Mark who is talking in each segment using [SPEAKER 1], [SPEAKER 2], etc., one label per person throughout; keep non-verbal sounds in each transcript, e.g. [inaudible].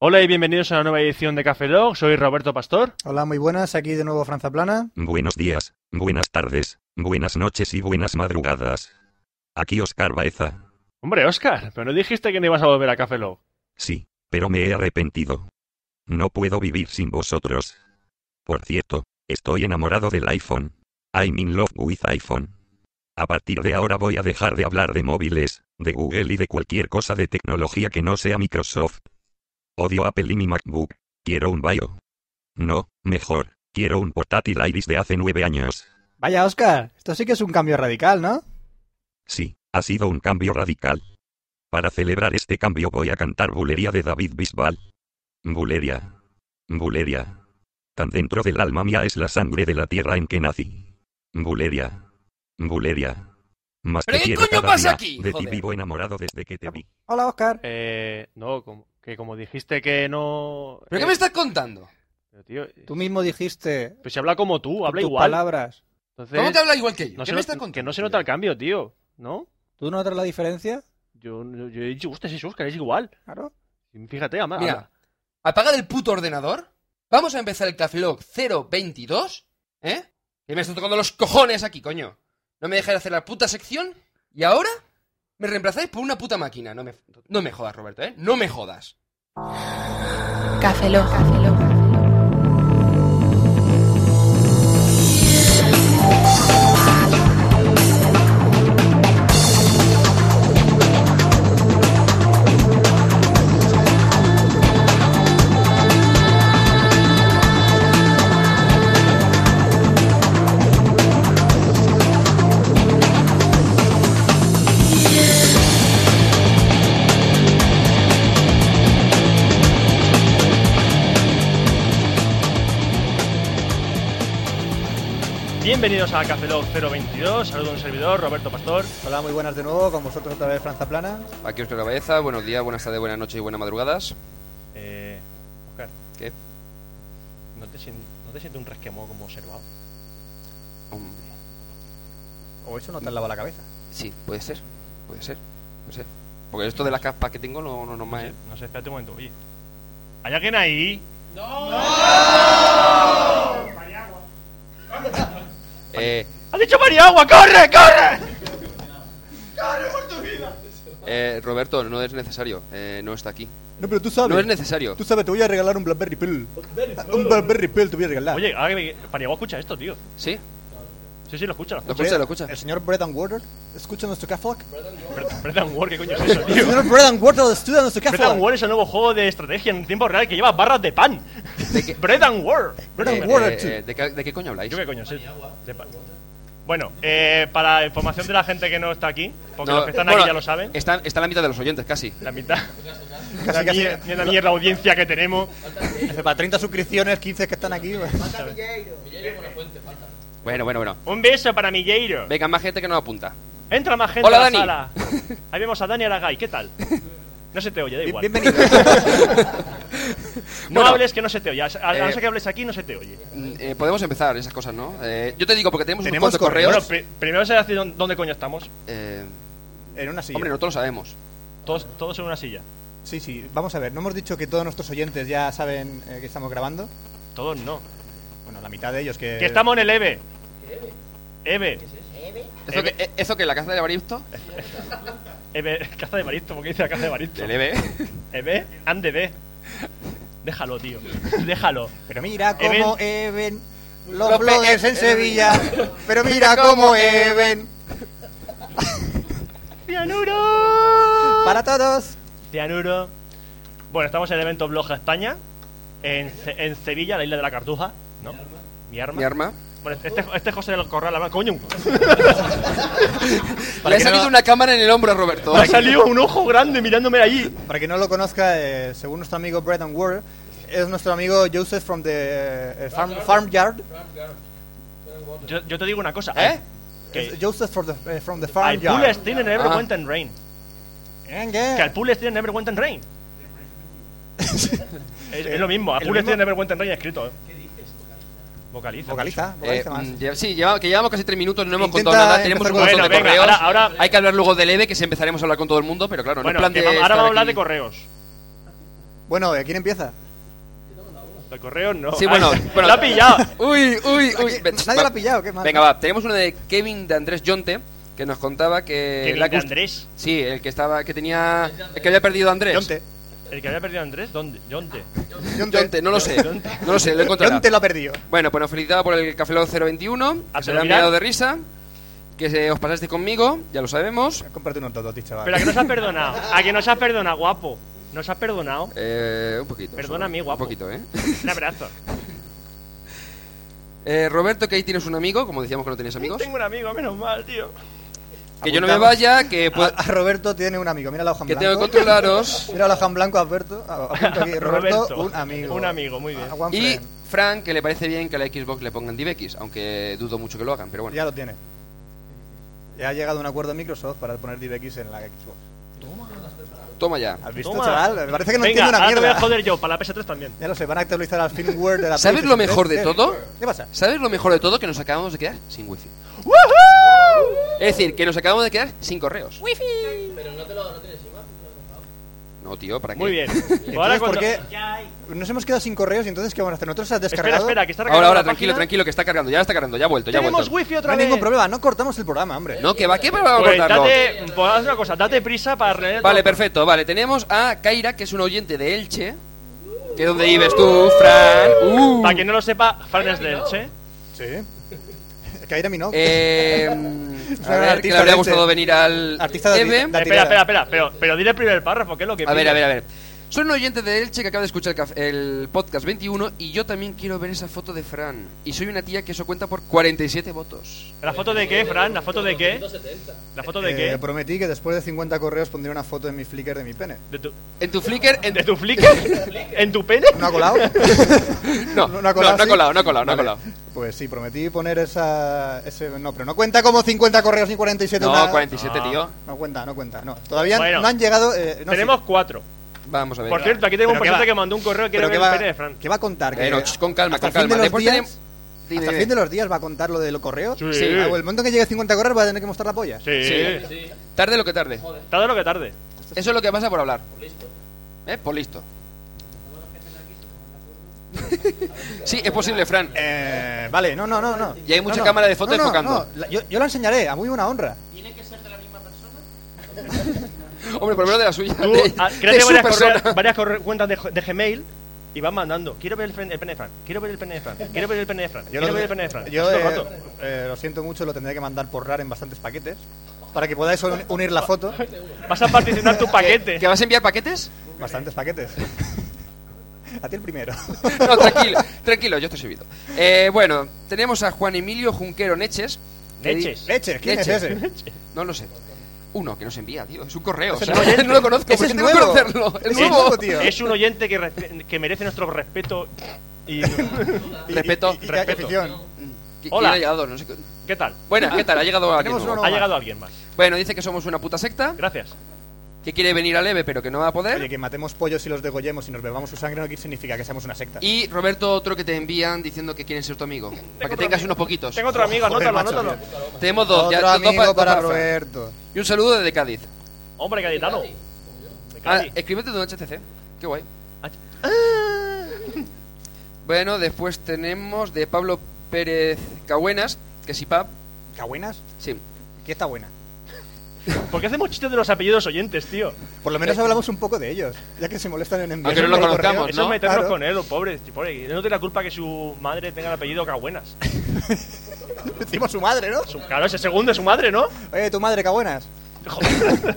[SPEAKER 1] Hola y bienvenidos a una nueva edición de Café Log. Soy Roberto Pastor.
[SPEAKER 2] Hola, muy buenas. Aquí de nuevo Franza Plana.
[SPEAKER 3] Buenos días, buenas tardes, buenas noches y buenas madrugadas. Aquí Oscar Baeza.
[SPEAKER 1] Hombre, Oscar, pero no dijiste que no ibas a volver a Café Log.
[SPEAKER 3] Sí, pero me he arrepentido. No puedo vivir sin vosotros. Por cierto, estoy enamorado del iPhone. I'm in love with iPhone. A partir de ahora voy a dejar de hablar de móviles, de Google y de cualquier cosa de tecnología que no sea Microsoft. Odio Apple y mi MacBook. Quiero un Bio. No, mejor, quiero un portátil Iris de hace nueve años.
[SPEAKER 2] Vaya, Oscar, esto sí que es un cambio radical, ¿no?
[SPEAKER 3] Sí, ha sido un cambio radical. Para celebrar este cambio voy a cantar Bulería de David Bisbal. Bulería. Bulería. Tan dentro del alma mía es la sangre de la tierra en que nací. Bulería. Bulería. Más
[SPEAKER 4] ¿Pero
[SPEAKER 3] te
[SPEAKER 4] qué
[SPEAKER 3] quiero
[SPEAKER 4] coño
[SPEAKER 3] cada
[SPEAKER 4] pasa
[SPEAKER 3] día.
[SPEAKER 4] aquí?
[SPEAKER 3] De ti
[SPEAKER 4] Joder.
[SPEAKER 3] vivo enamorado desde que te vi.
[SPEAKER 2] Hola, Oscar.
[SPEAKER 1] Eh, no, como- que como dijiste que no...
[SPEAKER 4] ¿Pero
[SPEAKER 1] eh,
[SPEAKER 4] qué me estás contando?
[SPEAKER 1] pero, tío,
[SPEAKER 2] Tú mismo dijiste
[SPEAKER 1] pues se habla como tú,
[SPEAKER 2] con
[SPEAKER 1] habla
[SPEAKER 2] tus
[SPEAKER 1] igual.
[SPEAKER 2] palabras.
[SPEAKER 1] Entonces,
[SPEAKER 4] ¿Cómo te habla igual que yo?
[SPEAKER 1] eh, no
[SPEAKER 4] ¿Qué
[SPEAKER 1] se
[SPEAKER 4] me
[SPEAKER 1] not-
[SPEAKER 4] estás contando?
[SPEAKER 1] que no se nota el cambio, tío. ¿No?
[SPEAKER 2] ¿Tú notas la diferencia?
[SPEAKER 1] Yo, yo, yo he dicho, usted es Oscar, es igual.
[SPEAKER 2] Claro.
[SPEAKER 1] Fíjate, ama,
[SPEAKER 4] Mira,
[SPEAKER 1] habla.
[SPEAKER 4] apaga el puto ordenador. Vamos a empezar el Café Lock 022, ¿eh? Que me están tocando los cojones aquí, coño. No me dejáis hacer la puta sección y ahora me reemplazáis por una puta máquina. No me, no me jodas, Roberto, ¿eh? No me jodas.
[SPEAKER 5] Café Lock.
[SPEAKER 1] Bienvenidos a Café Log 022. Saludo a un servidor, Roberto Pastor.
[SPEAKER 2] Hola, muy buenas de nuevo. Con vosotros otra vez Franza Plana.
[SPEAKER 4] Aquí Oscar Cabeza, buenos días, buenas tardes, buenas noches y buenas madrugadas.
[SPEAKER 1] Eh, Oscar.
[SPEAKER 4] ¿Qué?
[SPEAKER 1] ¿No te, sien- ¿No te siente un resquemor como observado?
[SPEAKER 4] Hombre,
[SPEAKER 2] O eso no te lava la cabeza.
[SPEAKER 4] sí, puede ser, puede ser, no sé. Porque esto de la capa que tengo no, no, no más, ¿eh?
[SPEAKER 1] No sé, espérate un momento. Oye, ¿hay alguien ahí?
[SPEAKER 4] Eh,
[SPEAKER 1] ¡Ha dicho Mariagua! ¡Corre, corre!
[SPEAKER 4] eh, Roberto, no es necesario, eh, no está aquí.
[SPEAKER 2] No, pero tú sabes.
[SPEAKER 4] No es necesario.
[SPEAKER 2] Tú sabes, te voy a regalar un Blackberry Pill. Un Blackberry Pill te voy a regalar.
[SPEAKER 1] Oye, ahora que me- Paniagua escucha esto, tío.
[SPEAKER 4] ¿Sí?
[SPEAKER 1] Sí, sí, lo escucha. Lo
[SPEAKER 4] Lo
[SPEAKER 1] escucha.
[SPEAKER 4] escucha, lo escucha.
[SPEAKER 2] El señor Bread and Water escucha nuestro Café Lock.
[SPEAKER 1] Bre- Breath War, ¿qué coño es eso,
[SPEAKER 2] El [laughs]
[SPEAKER 1] tío?
[SPEAKER 2] señor Bread and Water estudia nuestro Café
[SPEAKER 1] Breath
[SPEAKER 2] Lock.
[SPEAKER 1] War es un nuevo juego de estrategia en tiempo real que lleva barras de pan. [laughs] Breath and War.
[SPEAKER 2] Bread and
[SPEAKER 4] Eh,
[SPEAKER 2] Water,
[SPEAKER 4] eh,
[SPEAKER 2] too.
[SPEAKER 4] eh, ¿de, qué, de qué coño habláis?
[SPEAKER 1] Yo qué coño sé. De pan. Bueno, eh, para información de la gente que no está aquí, porque
[SPEAKER 4] No,
[SPEAKER 1] los que están
[SPEAKER 4] bueno,
[SPEAKER 1] aquí ya lo saben,
[SPEAKER 4] Están, está la mitad de los oyentes, casi.
[SPEAKER 1] la mitad.
[SPEAKER 2] Casi,
[SPEAKER 1] la
[SPEAKER 2] casi.
[SPEAKER 1] mier- mira la mierda audiencia que tenemos.
[SPEAKER 2] Para 30 suscripciones, 15 que están aquí. pues.
[SPEAKER 4] Bueno, bueno, bueno.
[SPEAKER 1] Un beso para Milleiro.
[SPEAKER 4] Venga, más gente que nos apunta.
[SPEAKER 1] Entra más gente
[SPEAKER 4] Hola,
[SPEAKER 1] a la
[SPEAKER 4] Dani. [laughs]
[SPEAKER 1] sala. Ahí vemos a Dani Aragay, ¿qué tal? No se te oye, da
[SPEAKER 2] Bien-
[SPEAKER 1] igual.
[SPEAKER 4] [laughs]
[SPEAKER 2] Bienvenido.
[SPEAKER 1] No
[SPEAKER 4] Bueno,
[SPEAKER 1] hables que no se te oye. A, a- a no
[SPEAKER 4] Eh,
[SPEAKER 1] ser que hables aquí, no se te oye.
[SPEAKER 4] mm, eh, podemos empezar esas cosas, ¿no? Eh, yo te digo, porque tenemos,
[SPEAKER 2] Tenemos
[SPEAKER 4] unos cuantos
[SPEAKER 2] correos.
[SPEAKER 4] correos.
[SPEAKER 1] Bueno, pri- primero se hace dónde dónde coño estamos.
[SPEAKER 4] Eh,
[SPEAKER 2] En una silla.
[SPEAKER 4] hombre, nosotros lo sabemos.
[SPEAKER 1] Eh, Todos, todos en una silla.
[SPEAKER 2] Sí, sí, vamos a ver, no hemos dicho que todos nuestros oyentes ya saben eh, que estamos grabando.
[SPEAKER 1] Todos no.
[SPEAKER 2] Bueno, la mitad de ellos que...
[SPEAKER 1] Que estamos en el EVE. EVE.
[SPEAKER 4] ¿Eso,
[SPEAKER 1] Eh,
[SPEAKER 4] que, eh, eso que la casa de Evaristo?
[SPEAKER 1] EVE. [laughs] Caza de Baristo, ¿por qué dice la caza de Baristo?
[SPEAKER 4] El EB.
[SPEAKER 1] EVE, ande ve. Déjalo, tío. Déjalo.
[SPEAKER 2] Pero mira cómo Eben... Los
[SPEAKER 4] Los
[SPEAKER 2] bloggers
[SPEAKER 4] pe-
[SPEAKER 2] en Sevilla. Pero mira
[SPEAKER 4] [laughs] Mira
[SPEAKER 2] cómo
[SPEAKER 4] cómo
[SPEAKER 2] Eben...
[SPEAKER 1] ¡Cianuro!
[SPEAKER 2] Para todos.
[SPEAKER 1] Cianuro. Bueno, estamos en el evento Bloja España. En, Ce- en Sevilla, la isla de la Cartuja. ¿No? Mi arma.
[SPEAKER 4] Mi arma.
[SPEAKER 1] Bueno, este, este José del Corral, la
[SPEAKER 4] [laughs]
[SPEAKER 1] coño.
[SPEAKER 4] Le
[SPEAKER 2] Para
[SPEAKER 4] ha
[SPEAKER 2] que,
[SPEAKER 4] salido
[SPEAKER 2] no,
[SPEAKER 4] [laughs] una cámara en el hombro a Roberto.
[SPEAKER 1] Me ha [laughs] salido un ojo grande mirándome allí.
[SPEAKER 2] para que no lo conozca, eh, según nuestro amigo Bread and Water, es nuestro amigo Joseph from the eh, farm, Farmyard.
[SPEAKER 1] Yo, yo te digo una cosa.
[SPEAKER 4] ¿Eh?
[SPEAKER 1] Que
[SPEAKER 2] Joseph from the, eh, from the
[SPEAKER 1] al pool
[SPEAKER 2] Farmyard.
[SPEAKER 1] Stein en Ever
[SPEAKER 4] Ah.
[SPEAKER 1] Went and Rain.
[SPEAKER 2] Eh,
[SPEAKER 1] Que
[SPEAKER 2] yeah.
[SPEAKER 1] al pool Stein en Ever Went and
[SPEAKER 4] [laughs]
[SPEAKER 1] Rain. es, es lo mismo. Al
[SPEAKER 2] ¿El
[SPEAKER 1] pool
[SPEAKER 2] mismo?
[SPEAKER 1] Stein en Ever Went and Rain escrito. ¿Qué dices? Vocaliza.
[SPEAKER 2] Vocaliza,
[SPEAKER 4] Eh,
[SPEAKER 2] vocaliza más.
[SPEAKER 4] mm, lle- sí, lleva- que llevamos casi tres minutos, no hemos
[SPEAKER 2] Intenta
[SPEAKER 4] contado nada. Tenemos un
[SPEAKER 2] empezar
[SPEAKER 4] montón
[SPEAKER 1] con-
[SPEAKER 4] de
[SPEAKER 1] Bueno, venga,
[SPEAKER 4] correos.
[SPEAKER 1] ahora- ahora-
[SPEAKER 4] Hay que hablar luego del EVE, que si empezaremos a hablar con todo el mundo, pero claro, no
[SPEAKER 1] Bueno,
[SPEAKER 4] es plan
[SPEAKER 1] que
[SPEAKER 4] de.
[SPEAKER 1] va- ahora
[SPEAKER 4] estar
[SPEAKER 1] vamos a hablar
[SPEAKER 4] aquí-
[SPEAKER 1] de correos.
[SPEAKER 2] Bueno, ¿eh, ¿quién empieza?
[SPEAKER 1] El correo no.
[SPEAKER 4] Sí, bueno,
[SPEAKER 1] Ay, [laughs]
[SPEAKER 4] bueno.
[SPEAKER 1] La ha pillado.
[SPEAKER 4] Uy, uy, uy. Ve-
[SPEAKER 2] Nadie
[SPEAKER 4] va-
[SPEAKER 2] la ha pillado, qué mal.
[SPEAKER 4] Venga, va. Tenemos uno de Kevin de Andrés Jonte que nos contaba que.
[SPEAKER 1] Kevin
[SPEAKER 4] Eh, la
[SPEAKER 1] de
[SPEAKER 4] acus-
[SPEAKER 1] Andrés.
[SPEAKER 4] Sí, el que estaba, que tenía, el que había perdido a Andrés.
[SPEAKER 2] Yonte.
[SPEAKER 1] El que había perdido a Andrés, ¿dónde? ¿Dónde?
[SPEAKER 2] Yonte.
[SPEAKER 4] Jonte, no lo sé,
[SPEAKER 1] Jonte.
[SPEAKER 4] no lo sé, lo encontrará.
[SPEAKER 2] Yonte lo ha perdido.
[SPEAKER 4] Bueno, pues nos felicitaba por el Café Lock 021, que
[SPEAKER 1] A
[SPEAKER 4] se le han
[SPEAKER 1] terminar.
[SPEAKER 4] mirado de risa, que se- os pasaste conmigo, ya lo sabemos.
[SPEAKER 2] Cómprate unos todos, chaval.
[SPEAKER 1] Pero a que nos has perdonado. A que nos has perdonado, guapo. Nos has perdonado.
[SPEAKER 4] Eh, un poquito.
[SPEAKER 1] Perdona,
[SPEAKER 4] solo.
[SPEAKER 1] amigo, guapo.
[SPEAKER 4] Un poquito, ¿eh?
[SPEAKER 1] Un abrazo.
[SPEAKER 4] Eh, Roberto, que ahí tienes un amigo, como decíamos que no tenías amigos.
[SPEAKER 1] Tengo un amigo, menos mal, tío.
[SPEAKER 4] Que yo no me
[SPEAKER 2] Apuntamos.
[SPEAKER 4] vaya, que,
[SPEAKER 2] A,
[SPEAKER 4] puedo-
[SPEAKER 2] a [laughs] Roberto tiene un amigo, mira la hoja en
[SPEAKER 4] que tengo que
[SPEAKER 2] blanco.
[SPEAKER 4] controlaros.
[SPEAKER 2] Mira la hoja en blanco, Alberto. Ah, apunto
[SPEAKER 1] [laughs]
[SPEAKER 2] aquí. Roberto,
[SPEAKER 1] Roberto,
[SPEAKER 2] un amigo.
[SPEAKER 1] un amigo, muy bien.
[SPEAKER 2] Ah, one
[SPEAKER 4] Y
[SPEAKER 2] friend.
[SPEAKER 4] Frank, que le parece bien que a la Xbox le pongan DivX, aunque dudo mucho que lo hagan, pero bueno.
[SPEAKER 2] Ya lo tiene. Ya ha llegado a un acuerdo Microsoft para poner DivX en la Xbox.
[SPEAKER 4] Toma ya.
[SPEAKER 2] ¿Has visto,
[SPEAKER 1] Toma.
[SPEAKER 2] chaval? Me parece que no
[SPEAKER 1] Venga,
[SPEAKER 2] entiende una
[SPEAKER 1] ahora te voy a
[SPEAKER 2] mierda.
[SPEAKER 1] joder yo, para la PS3 también.
[SPEAKER 2] Ya lo sé, van a actualizar al firmware de la
[SPEAKER 4] ¿Sabes
[SPEAKER 2] PlayStation
[SPEAKER 4] lo mejor de
[SPEAKER 2] 3.
[SPEAKER 4] todo?
[SPEAKER 2] ¿Qué pasa?
[SPEAKER 4] ¿Sabes lo mejor de todo? Que nos acabamos de quedar sin wifi. Es decir, que nos acabamos de quedar sin correos. ¡Wifi! Pero no te lo no tienes No, tío, ¿para qué?
[SPEAKER 1] Muy bien. Pues
[SPEAKER 2] [laughs] Entonces, ¿por
[SPEAKER 1] cuando-
[SPEAKER 2] qué nos hemos quedado sin correos y entonces qué vamos a hacer? ¿Nosotros has
[SPEAKER 1] Espera,
[SPEAKER 2] descargado?
[SPEAKER 1] espera, que está
[SPEAKER 4] Ahora,
[SPEAKER 1] recargando
[SPEAKER 4] ahora,
[SPEAKER 1] la
[SPEAKER 4] tranquilo,
[SPEAKER 1] página.
[SPEAKER 4] tranquilo, que está cargando, ya está cargando, ya ha vuelto, ya ha
[SPEAKER 1] Tenemos
[SPEAKER 4] vuelto.
[SPEAKER 1] wifi
[SPEAKER 2] No
[SPEAKER 1] otra
[SPEAKER 2] hay
[SPEAKER 1] vez.
[SPEAKER 2] ningún problema, no cortamos el programa, hombre.
[SPEAKER 4] No, que va, ¿qué para
[SPEAKER 1] Pues
[SPEAKER 4] cortarlo?
[SPEAKER 1] date, pues haz una cosa, date prisa para leer.
[SPEAKER 4] Vale, perfecto, vale, tenemos a Kaira, que es un oyente de Elche. Que es donde vives tú, Fran. Uh.
[SPEAKER 1] Para quien no lo sepa, Fran es de Elche.
[SPEAKER 2] Sí. [laughs] Kaira Minogue.
[SPEAKER 4] Eh,
[SPEAKER 2] Es
[SPEAKER 4] a
[SPEAKER 2] un
[SPEAKER 4] ver, que
[SPEAKER 2] artista
[SPEAKER 4] le habría
[SPEAKER 2] de
[SPEAKER 4] gustado
[SPEAKER 2] Elche.
[SPEAKER 4] venir al
[SPEAKER 2] Artista de
[SPEAKER 4] EVE.
[SPEAKER 2] La
[SPEAKER 1] espera, espera,
[SPEAKER 2] tirada.
[SPEAKER 1] espera, pero, pero dile el primer párrafo, que es lo que
[SPEAKER 4] A ver,
[SPEAKER 1] pide.
[SPEAKER 4] a ver, a ver. Soy un oyente de Elche que acaba de escuchar el, caf- el podcast 21 y yo también quiero ver esa foto de Fran. Y soy una tía que eso cuenta por 47 votos.
[SPEAKER 1] ¿La foto de qué, Fran? ¿La foto de qué? ¿La foto de
[SPEAKER 2] Eh,
[SPEAKER 1] qué?
[SPEAKER 2] prometí que después de 50 correos pondría una foto en mi Flickr de mi pene.
[SPEAKER 1] ¿De tu,
[SPEAKER 4] En tu Flickr...
[SPEAKER 1] [laughs]
[SPEAKER 4] En...
[SPEAKER 1] de tu Flickr? ¿En tu pene? [laughs]
[SPEAKER 2] ¿No ha colado?
[SPEAKER 4] No, no, no ha colado, no
[SPEAKER 2] sí?
[SPEAKER 4] ha colado, no ha colado. No, ha
[SPEAKER 2] Vale.
[SPEAKER 4] colado.
[SPEAKER 2] Pues sí, prometí poner esa... Ese, no, pero no cuenta como 50 correos ni 47.
[SPEAKER 4] No,
[SPEAKER 2] una-
[SPEAKER 4] 47,
[SPEAKER 1] Ah.
[SPEAKER 4] tío.
[SPEAKER 2] No cuenta, no cuenta. No, todavía
[SPEAKER 1] Bueno.
[SPEAKER 2] no han llegado... eh, no,
[SPEAKER 1] Tenemos
[SPEAKER 2] sí.
[SPEAKER 1] cuatro.
[SPEAKER 4] Vamos a ver.
[SPEAKER 1] Por cierto, aquí tengo un
[SPEAKER 2] ¿Pero qué
[SPEAKER 1] paciente
[SPEAKER 2] va?
[SPEAKER 1] que mandó un correo que quiere
[SPEAKER 2] Pero
[SPEAKER 1] ver
[SPEAKER 2] ¿qué
[SPEAKER 1] el
[SPEAKER 2] va,
[SPEAKER 1] pene de Fran.
[SPEAKER 2] ¿qué va a contar?
[SPEAKER 4] Eh,
[SPEAKER 2] Que
[SPEAKER 4] no, ch, con calma,
[SPEAKER 2] hasta
[SPEAKER 4] con
[SPEAKER 2] el fin
[SPEAKER 4] calma.
[SPEAKER 2] de los
[SPEAKER 4] Después
[SPEAKER 2] días,
[SPEAKER 4] tenemos... Dime,
[SPEAKER 2] hasta el
[SPEAKER 4] dime.
[SPEAKER 2] fin de los días va a contar lo de los correos.
[SPEAKER 1] Sí.
[SPEAKER 4] Sí.
[SPEAKER 2] Ah, o el momento que llegue a 50 correos va a tener que mostrar la polla.
[SPEAKER 1] Sí.
[SPEAKER 4] Sí. Tarde lo que tarde.
[SPEAKER 1] Tarde lo que
[SPEAKER 2] [laughs]
[SPEAKER 1] tarde.
[SPEAKER 4] Eso es lo que pasa por hablar. Por listo. ¿Eh? Por listo. sí, es posible, Fran.
[SPEAKER 2] Eh, vale, no, no, no, no.
[SPEAKER 4] Y hay mucha
[SPEAKER 2] No, no.
[SPEAKER 4] cámara de fotos
[SPEAKER 2] No, no,
[SPEAKER 4] enfocando.
[SPEAKER 2] no, la- yo, yo la enseñaré, a muy buena honra.
[SPEAKER 4] Hombre, por lo menos de la suya.
[SPEAKER 1] Tú
[SPEAKER 4] de-
[SPEAKER 1] ah,
[SPEAKER 4] de
[SPEAKER 1] créate
[SPEAKER 4] su
[SPEAKER 1] varias,
[SPEAKER 4] persona.
[SPEAKER 1] correas- varias corre- cuentas de, de Gmail y vas mandando. Quiero ver el, fren- el pene de Fran. Quiero ver el pene de Fran. Quiero ver el pene de Fran.
[SPEAKER 2] Yo
[SPEAKER 1] Quiero
[SPEAKER 2] lo-
[SPEAKER 1] ver el pene de Fran.
[SPEAKER 2] yo,
[SPEAKER 1] Todo el
[SPEAKER 2] eh,
[SPEAKER 1] rato.
[SPEAKER 2] eh, lo siento mucho, lo tendré que mandar por RAR en bastantes paquetes para que podáis un- unir la foto.
[SPEAKER 1] [laughs] Vas a particionar
[SPEAKER 2] [laughs]
[SPEAKER 1] tu paquete.
[SPEAKER 4] ¿Que vas a enviar paquetes?
[SPEAKER 2] Bastantes paquetes. A ti el primero.
[SPEAKER 4] No, tranquilo, tranquilo, yo estoy subido. Eh, bueno, tenemos a Juan Emilio Junquero Neches. que di-
[SPEAKER 1] Neches.
[SPEAKER 2] Leche, ¿quién
[SPEAKER 4] Leche.
[SPEAKER 2] es ese?
[SPEAKER 4] No lo sé. Uno que nos envía, tío. Es un correo.
[SPEAKER 2] Ese
[SPEAKER 4] o sea,
[SPEAKER 2] no es
[SPEAKER 4] [laughs] no lo conozco,
[SPEAKER 2] Ese
[SPEAKER 4] ¿por
[SPEAKER 2] es
[SPEAKER 4] qué tengo que
[SPEAKER 2] nuevo.
[SPEAKER 4] conocerlo? Es
[SPEAKER 2] Ese
[SPEAKER 1] es
[SPEAKER 4] nuevo.
[SPEAKER 2] nuevo, tío.
[SPEAKER 1] Es un oyente que, re- que merece nuestro respeto.
[SPEAKER 2] [laughs]
[SPEAKER 1] Y,
[SPEAKER 4] Respeto.
[SPEAKER 2] Y- y- y-
[SPEAKER 1] Respeto.
[SPEAKER 2] afición.
[SPEAKER 4] ¿Qui-
[SPEAKER 1] Hola.
[SPEAKER 4] quién ha llegado? No sé qué-
[SPEAKER 1] ¿Qué tal?
[SPEAKER 4] Bueno, ¿qué tal? Ha llegado alguien
[SPEAKER 2] Tenemos
[SPEAKER 4] nuevo.
[SPEAKER 2] uno
[SPEAKER 1] Ha llegado alguien más.
[SPEAKER 4] Bueno, dice que somos una puta secta,
[SPEAKER 1] Gracias.
[SPEAKER 4] que quiere venir a leve pero que no va a poder.
[SPEAKER 2] Oye, que matemos pollos y los degollemos y nos bebamos su sangre no quiere- significa que seamos una secta.
[SPEAKER 4] Y Roberto, otro que te envían diciendo que quieren ser tu amigo. para que
[SPEAKER 1] otro
[SPEAKER 4] tengas
[SPEAKER 1] amigo.
[SPEAKER 4] unos poquitos.
[SPEAKER 1] Tengo otro amigo,
[SPEAKER 2] Pues, Joder,
[SPEAKER 1] anótalo,
[SPEAKER 2] macho,
[SPEAKER 1] anótalo.
[SPEAKER 4] Tenemos dos, ya
[SPEAKER 2] Otro
[SPEAKER 4] dos pa-
[SPEAKER 2] amigo
[SPEAKER 4] dos
[SPEAKER 2] para
[SPEAKER 4] pa-
[SPEAKER 2] Roberto.
[SPEAKER 4] Y un saludo desde Cádiz.
[SPEAKER 1] Hombre, gaditano.
[SPEAKER 4] Ah, escríbete de un HTC. Qué guay.
[SPEAKER 1] Ah.
[SPEAKER 4] Bueno, después tenemos de Pablo Pérez Cahuenas, que si pap,
[SPEAKER 2] ¿Qué buenas?
[SPEAKER 4] sí.
[SPEAKER 2] ¿Qué está buena?
[SPEAKER 1] ¿Por qué hacemos chistes de los apellidos oyentes, tío?
[SPEAKER 4] Pues
[SPEAKER 2] Por lo menos hablamos un poco de ellos, ya que se molestan en enviar.
[SPEAKER 4] Aunque no lo conozcamos,
[SPEAKER 1] Eso
[SPEAKER 4] ¿no?
[SPEAKER 1] es meternos
[SPEAKER 2] Claro.
[SPEAKER 1] con él, los pobres. tío, pobre. No tiene la culpa que su madre tenga el apellido Cabuenas.
[SPEAKER 2] Decimos su madre, ¿no?
[SPEAKER 1] Su- Claro, ese segundo es su madre, ¿no?
[SPEAKER 2] Oye, tu madre, qué buenas.
[SPEAKER 1] Joder.
[SPEAKER 2] ¿Cómo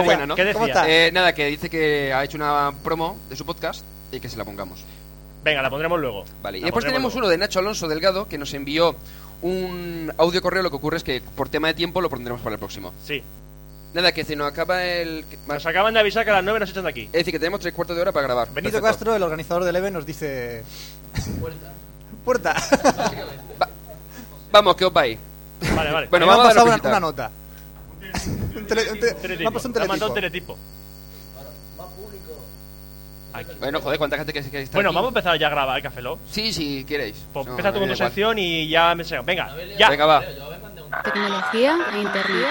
[SPEAKER 2] está?
[SPEAKER 4] bueno, ¿no?
[SPEAKER 1] ¿Qué
[SPEAKER 2] ¿Cómo
[SPEAKER 1] decía?
[SPEAKER 2] está?
[SPEAKER 4] Eh, nada, que dice que ha hecho una promo de su podcast y que se la pongamos.
[SPEAKER 1] Venga, la pondremos luego.
[SPEAKER 4] Vale, y
[SPEAKER 1] La
[SPEAKER 4] después
[SPEAKER 1] pondremos
[SPEAKER 4] tenemos uno de Nacho Alonso Delgado que nos envió un audio correo. Lo que ocurre es que por tema de tiempo lo pondremos para el próximo.
[SPEAKER 1] luego. Sí.
[SPEAKER 4] Nada, que se nos acaba el. que-
[SPEAKER 1] Nos acaban de avisar que a las 9 nos echan de aquí.
[SPEAKER 4] Es decir, que tenemos tres cuartos de hora para grabar.
[SPEAKER 2] Benito
[SPEAKER 4] Perfecto.
[SPEAKER 2] Castro, el organizador del EVE, nos dice... Puerta. Puerta.
[SPEAKER 4] Vamos, que os vais.
[SPEAKER 1] Vale, vale.
[SPEAKER 4] Bueno,
[SPEAKER 2] Me han
[SPEAKER 4] vamos a
[SPEAKER 2] pasado
[SPEAKER 4] dar la
[SPEAKER 2] una,
[SPEAKER 4] visita.
[SPEAKER 2] una nota. Un tele- un tele-
[SPEAKER 1] [laughs] Teletipo.
[SPEAKER 2] me han pasado un
[SPEAKER 1] Le han mandado un
[SPEAKER 2] teletipo.
[SPEAKER 1] teletipo. Aquí.
[SPEAKER 4] Bueno, joder, cuánta gente que se que está
[SPEAKER 1] Bueno,
[SPEAKER 4] aquí?
[SPEAKER 1] vamos a empezar ya a grabar el Café Lock.
[SPEAKER 4] Sí, si queréis.
[SPEAKER 1] Pues
[SPEAKER 4] No,
[SPEAKER 1] empieza tú con
[SPEAKER 4] me
[SPEAKER 1] tu
[SPEAKER 4] da igual.
[SPEAKER 1] sección y ya me enseñas. Venga, ya.
[SPEAKER 4] Venga, va.
[SPEAKER 5] Tecnología e internet.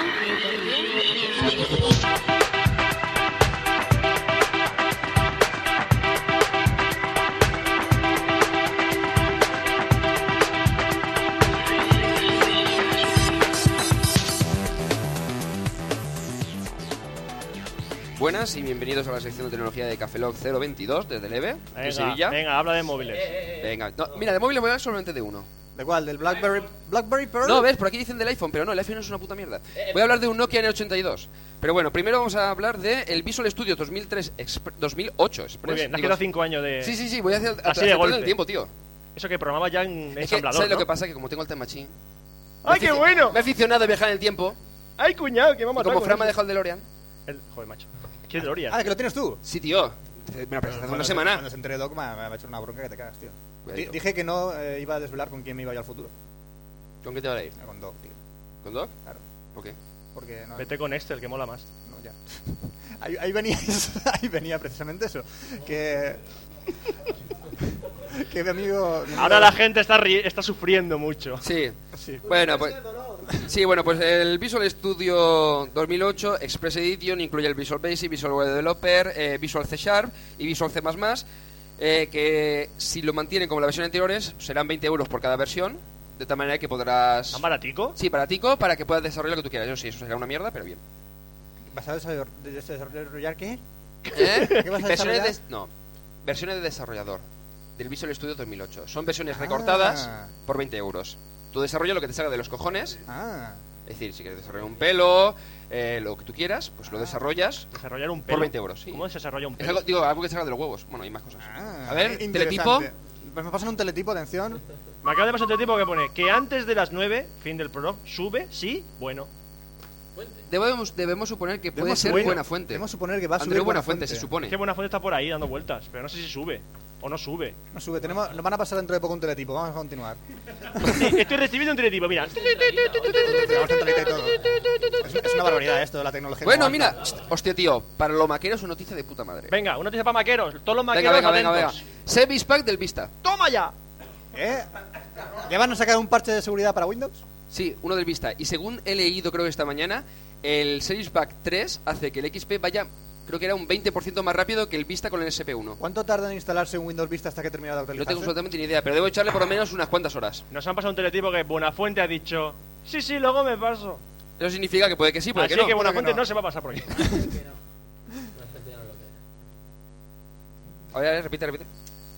[SPEAKER 4] buenas y bienvenidos a la sección de tecnología de Cafelog 022 desde Leve, de
[SPEAKER 1] Venga,
[SPEAKER 4] Sevilla.
[SPEAKER 1] venga, habla de móviles.
[SPEAKER 4] Venga, no, mira, de móvil voy a hablar solamente de uno.
[SPEAKER 2] ¿De cuál? ¿Del Blackberry, Blackberry Pearl?
[SPEAKER 4] No, ves, por aquí dicen del iPhone, pero no, el iPhone es una puta
[SPEAKER 1] Eh,
[SPEAKER 4] mierda. Voy a hablar de un Nokia N82. Pero bueno, primero vamos a hablar de el Visual Studio 2003 Exp- 2008 Express.
[SPEAKER 1] Muy bien, le has
[SPEAKER 4] pues Digo,
[SPEAKER 1] quedado 5 años de.
[SPEAKER 4] Sí, sí, sí, voy a hacer a-
[SPEAKER 1] Así
[SPEAKER 4] a-
[SPEAKER 1] de
[SPEAKER 4] a-
[SPEAKER 1] golpe.
[SPEAKER 4] el tiempo, tío.
[SPEAKER 1] Eso que programaba ya en
[SPEAKER 4] Es que,
[SPEAKER 1] ensamblador.
[SPEAKER 4] ¿sabes lo
[SPEAKER 1] ¿no?
[SPEAKER 4] que pasa? Que como tengo el time machine... me
[SPEAKER 1] ¡Ay,
[SPEAKER 4] afici-
[SPEAKER 1] qué bueno!
[SPEAKER 4] Me he aficionado a viajar en el tiempo.
[SPEAKER 1] ¡Ay, cuñado! Que me ha
[SPEAKER 4] y
[SPEAKER 1] matado.
[SPEAKER 4] como
[SPEAKER 1] con
[SPEAKER 4] Fran me ha
[SPEAKER 1] eso.
[SPEAKER 4] dejado el DeLorean.
[SPEAKER 1] El- Joder, macho. Qué gloria.
[SPEAKER 2] Ah, que lo tienes tú.
[SPEAKER 4] Sí, tío. Me lo prestaste Eh, pues, hace
[SPEAKER 2] Cuando
[SPEAKER 4] una
[SPEAKER 2] se-
[SPEAKER 4] semana.
[SPEAKER 2] Cuando se enteré de Dogma me va a echar una bronca que te cagas, tío. Di-
[SPEAKER 4] Cuidadito.
[SPEAKER 2] Dije que no eh, iba a desvelar con quién me iba yo al futuro. eh,
[SPEAKER 4] ¿Con qué te van a ir?
[SPEAKER 2] Con Dog, tío.
[SPEAKER 4] ¿Con Doc?
[SPEAKER 2] Claro.
[SPEAKER 4] ¿Por qué?
[SPEAKER 2] Porque no,
[SPEAKER 1] Vete con Excel, que mola más.
[SPEAKER 2] no, ya. [laughs] Ahí, ahí venía, [laughs] ahí venía precisamente eso. Que. [laughs] que mi amigo. mi
[SPEAKER 1] Ahora la
[SPEAKER 2] amigo-
[SPEAKER 1] gente está, ri- está sufriendo mucho.
[SPEAKER 4] Sí.
[SPEAKER 2] Sí.
[SPEAKER 4] Bueno, pues... Sí, bueno, pues el Visual Studio 2008 Express Edition incluye el Visual Basic, Visual Web Developer, eh, Visual C Sharp y Visual C++, eh, que si lo mantienen como la versión anteriores serán 20 euros por cada versión, de tal manera que podrás...
[SPEAKER 1] ¿Tan baratico?
[SPEAKER 4] Sí, para Tico, para que puedas desarrollar lo que tú quieras. Yo sí, eso será una mierda, pero bien.
[SPEAKER 2] ¿Vas a desarrollar, este desarrollar qué?
[SPEAKER 4] ¿Eh?
[SPEAKER 2] ¿Qué vas a
[SPEAKER 4] versiones de,
[SPEAKER 2] desarrollar?
[SPEAKER 4] no, versiones de desarrollador del Visual Studio 2008. Son versiones recortadas
[SPEAKER 2] Ah.
[SPEAKER 4] por 20 euros. Tú desarrolla lo que te salga de los cojones.
[SPEAKER 2] Ah.
[SPEAKER 4] Es decir, si quieres desarrollar un pelo, eh, lo que tú quieras, pues
[SPEAKER 2] Ah.
[SPEAKER 4] lo desarrollas.
[SPEAKER 1] Desarrollar un pelo.
[SPEAKER 4] Por 20 euros, sí.
[SPEAKER 1] ¿Cómo se desarrolla un
[SPEAKER 4] Es
[SPEAKER 1] pelo?
[SPEAKER 4] algo, digo, algo que te salga de los huevos. Bueno, hay más cosas.
[SPEAKER 2] ah,
[SPEAKER 4] A ver,
[SPEAKER 2] interesante.
[SPEAKER 4] teletipo.
[SPEAKER 2] Pues me pasan un teletipo, atención.
[SPEAKER 1] Me acaba de pasar otro tipo que pone que antes de las 9, fin del programa, sube, sí, bueno.
[SPEAKER 4] Debemos, debemos suponer que puede
[SPEAKER 2] Debemos
[SPEAKER 4] ser
[SPEAKER 2] suponer-
[SPEAKER 4] buena fuente.
[SPEAKER 2] debemos suponer que va a
[SPEAKER 4] Andreu
[SPEAKER 2] subir
[SPEAKER 4] Buenafuente,
[SPEAKER 2] Buenafuente.
[SPEAKER 4] se supone.
[SPEAKER 1] Es que Buenafuente está por ahí dando vueltas, pero no sé si sube o no
[SPEAKER 4] [laughs]
[SPEAKER 1] sube. [laughs]
[SPEAKER 2] No sube, tenemos, nos van a pasar dentro de poco un teletipo, vamos a continuar.
[SPEAKER 1] Sí, estoy recibiendo un teletipo, mira.
[SPEAKER 2] Tenemos un teletipo y todo. Es, es una barbaridad
[SPEAKER 4] ¿eh?
[SPEAKER 2] esto de la tecnología.
[SPEAKER 4] Bueno,
[SPEAKER 2] como
[SPEAKER 4] mira, hostia, tío, para los maqueros es una noticia de puta madre.
[SPEAKER 1] Venga, una noticia para maqueros. Todos los
[SPEAKER 4] venga,
[SPEAKER 1] maqueros
[SPEAKER 4] venga, venga. venga.
[SPEAKER 1] atentos.
[SPEAKER 4] Service Pack del Vista.
[SPEAKER 1] ¡Toma ya!
[SPEAKER 2] ¿Eh? ¿Ya van a sacar un parche de seguridad para Windows?
[SPEAKER 4] Sí, uno del Vista. Y según he leído, creo que esta mañana, el Series Pack 3 hace que el XP vaya, creo que era un 20% más rápido que el Vista con el SP1.
[SPEAKER 2] ¿Cuánto tarda en instalarse un Windows Vista hasta que termina de
[SPEAKER 4] No
[SPEAKER 2] utilizarse?
[SPEAKER 4] tengo absolutamente ni idea, pero debo echarle por lo menos unas cuantas horas.
[SPEAKER 1] Nos han pasado un teletipo que Buenafuente ha dicho. Sí, sí, luego me paso.
[SPEAKER 4] Eso significa que puede que sí, puede
[SPEAKER 1] Así
[SPEAKER 4] que no.
[SPEAKER 1] que Buenafuente
[SPEAKER 2] que no.
[SPEAKER 1] no. se va a pasar por aquí.
[SPEAKER 4] A ver, a ver, repite, repite.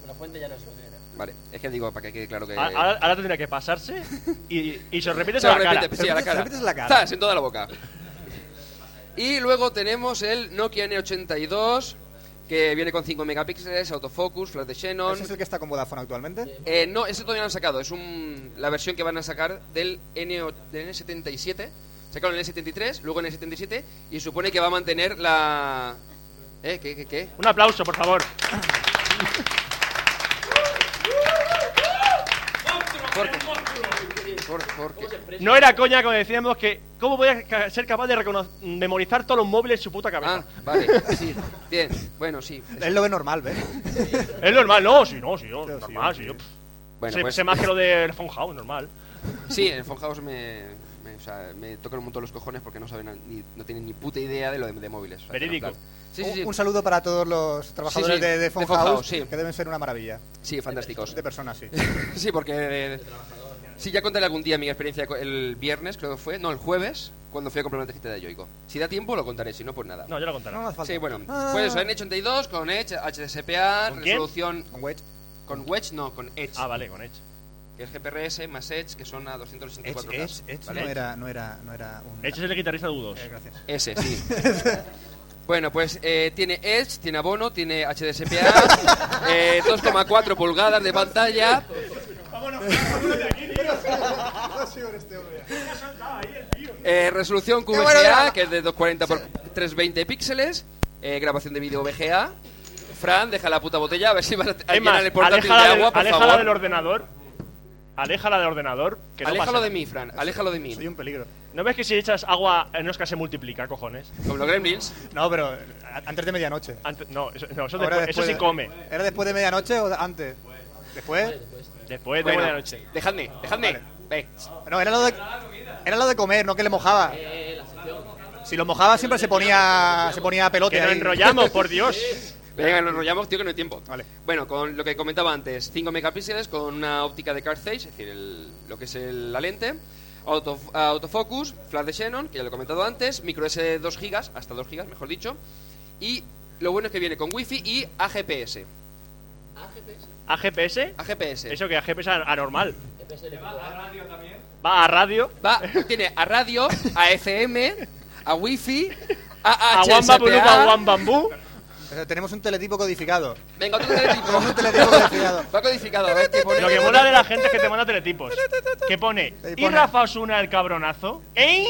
[SPEAKER 6] La fuente ya no es lo que era.
[SPEAKER 4] Vale, es que digo, para que quede claro que...
[SPEAKER 1] A- Ahora, ahora tendría que pasarse y, y se lo repites
[SPEAKER 4] Se
[SPEAKER 1] a
[SPEAKER 4] lo
[SPEAKER 1] la cara.
[SPEAKER 4] repite, sí, a
[SPEAKER 2] Se
[SPEAKER 4] la
[SPEAKER 2] lo
[SPEAKER 4] cara.
[SPEAKER 2] Ah, repites en la cara.
[SPEAKER 4] ¡Zas! En toda la boca. Y luego tenemos el Nokia N82, que viene con 5 megapíxeles, autofocus, flash de Xenon...
[SPEAKER 2] ¿Ese es el que está con Vodafone actualmente?
[SPEAKER 4] Eh, no, ese todavía no lo han sacado. Es un, la versión que van a sacar del, N, del N77. Sacaron el N73, luego el N77 y supone que va a mantener la... ¿Eh? ¿Qué? ¿Qué? qué?
[SPEAKER 1] Un aplauso, por favor.
[SPEAKER 4] ¿Por qué? ¿Por, por qué?
[SPEAKER 1] No era coña cuando decíamos que cómo podías ca- ser capaz de recono- memorizar todos los móviles en su puta
[SPEAKER 4] Ah,
[SPEAKER 1] cabeza.
[SPEAKER 4] vale, sí. Bien, bueno, sí.
[SPEAKER 2] Él lo ve normal, ¿eh? ¿ves?
[SPEAKER 1] Es normal, no, sí, no, sí, no,
[SPEAKER 2] Yo sí,
[SPEAKER 1] normal,
[SPEAKER 2] yo
[SPEAKER 1] sí.
[SPEAKER 2] sí.
[SPEAKER 1] yo, pff.
[SPEAKER 4] Bueno,
[SPEAKER 1] sé,
[SPEAKER 4] pues,
[SPEAKER 1] sé más que lo del Phone House, normal.
[SPEAKER 4] sí, en Fonjaos me, me, o sea, me tocan un montón los cojones porque no saben ni, no tienen ni puta idea de lo de, de móviles. O sea,
[SPEAKER 1] Verídico.
[SPEAKER 4] en plan- Sí, sí, sí.
[SPEAKER 2] Un, un saludo para todos los trabajadores
[SPEAKER 4] Sí, sí,
[SPEAKER 2] de, de
[SPEAKER 4] de
[SPEAKER 2] Phone
[SPEAKER 4] Phone
[SPEAKER 2] House,
[SPEAKER 4] House, sí.
[SPEAKER 2] que deben ser una maravilla.
[SPEAKER 4] Sí, fantásticos.
[SPEAKER 2] De personas,
[SPEAKER 4] [laughs]
[SPEAKER 2] sí.
[SPEAKER 4] Sí, porque. Sí, ya contaré algún día mi experiencia co- el viernes, creo que fue. No, el jueves, cuando fui a comprar una tarjeta de Yoico. Si da tiempo, lo contaré, si no, pues nada.
[SPEAKER 1] No, yo lo contaré.
[SPEAKER 2] No, no hace falta.
[SPEAKER 4] sí, bueno.
[SPEAKER 2] Ah,
[SPEAKER 4] Pues eso, N82 con Edge, HDSPA,
[SPEAKER 1] ¿Con quién?
[SPEAKER 4] resolución.
[SPEAKER 2] Con Wedge.
[SPEAKER 4] Con Wedge, no, con Edge.
[SPEAKER 1] Ah, vale, con Edge.
[SPEAKER 4] Que es GPRS más Edge, que son a 284
[SPEAKER 2] Edge, Edge, Edge
[SPEAKER 1] Vale.
[SPEAKER 2] no, era, no, era, no era un...
[SPEAKER 1] Edge es el guitarrista de U2.
[SPEAKER 2] Eh, gracias.
[SPEAKER 4] Ese, sí. Bueno, pues eh, tiene Edge, tiene abono, tiene HDSPA, eh, 2,4 pulgadas de pantalla, Eh, resolución QVGA, que es de 240 por 320 píxeles. Eh, grabación de vídeo VGA. Fran, deja la puta botella, a ver si vas a
[SPEAKER 1] Es más,
[SPEAKER 4] llenar el portátil de
[SPEAKER 1] aléjala, del,
[SPEAKER 4] agua, por
[SPEAKER 1] aléjala
[SPEAKER 4] favor.
[SPEAKER 1] del ordenador. Aléjala del ordenador. Que no
[SPEAKER 4] aléjalo
[SPEAKER 1] pasa.
[SPEAKER 4] de mí, Fran, aléjalo de mí.
[SPEAKER 2] Soy un peligro.
[SPEAKER 1] ¿No ves que si echas agua en Oscar se multiplica, cojones?
[SPEAKER 4] Como los gremlins.
[SPEAKER 2] No, pero eh, antes de medianoche.
[SPEAKER 1] Antes- no, eso, no, eso,
[SPEAKER 2] Ahora
[SPEAKER 1] después- eso
[SPEAKER 2] después
[SPEAKER 1] sí
[SPEAKER 2] de-
[SPEAKER 1] come.
[SPEAKER 2] ¿Era después de medianoche o antes? ¿Después?
[SPEAKER 1] Después de
[SPEAKER 4] Bueno,
[SPEAKER 1] buena noche.
[SPEAKER 4] dejadme, dejadme.
[SPEAKER 2] Vale.
[SPEAKER 4] Ve.
[SPEAKER 2] No, era lo de, era lo de comer, no que le mojaba. Si lo mojaba siempre se ponía, se ponía pelote
[SPEAKER 1] Que nos
[SPEAKER 2] ahí. [laughs]
[SPEAKER 1] enrollamos, por Dios.
[SPEAKER 4] Venga, nos enrollamos, tío, que no hay tiempo.
[SPEAKER 2] Vale.
[SPEAKER 4] Bueno, con lo que comentaba antes, 5 megapíxeles con una óptica de Carl-Zeiss, es decir, el- lo que es el- la lente, auto- autofocus, flash de Xenon, que ya lo he comentado antes, micro SD 2 gigas, hasta 2 gigas, mejor dicho, Y lo bueno es que viene con Wi-Fi y AGPS.
[SPEAKER 1] ¿A GPS?
[SPEAKER 2] Ah,
[SPEAKER 4] AGPS.
[SPEAKER 1] Eso que a GPS a- anormal.
[SPEAKER 6] GPS electrónico.
[SPEAKER 1] Va a radio,
[SPEAKER 4] Va, tiene a radio, a FM, a Wi-Fi, a,
[SPEAKER 1] a Wamba Buluba, Wamba
[SPEAKER 2] [laughs]
[SPEAKER 1] Bambú.
[SPEAKER 2] Eh, tenemos un teletipo codificado.
[SPEAKER 4] Venga, otro
[SPEAKER 2] [laughs]
[SPEAKER 4] teletipo.
[SPEAKER 2] Tenemos un teletipo codificado.
[SPEAKER 4] Va codificado, eh, a ver qué pone.
[SPEAKER 1] Lo que mola de la gente es que te manda teletipos. Que pone,
[SPEAKER 2] Ahí
[SPEAKER 1] ¿y
[SPEAKER 2] pone.
[SPEAKER 1] Rafa Osuna el cabronazo? ¿Eh?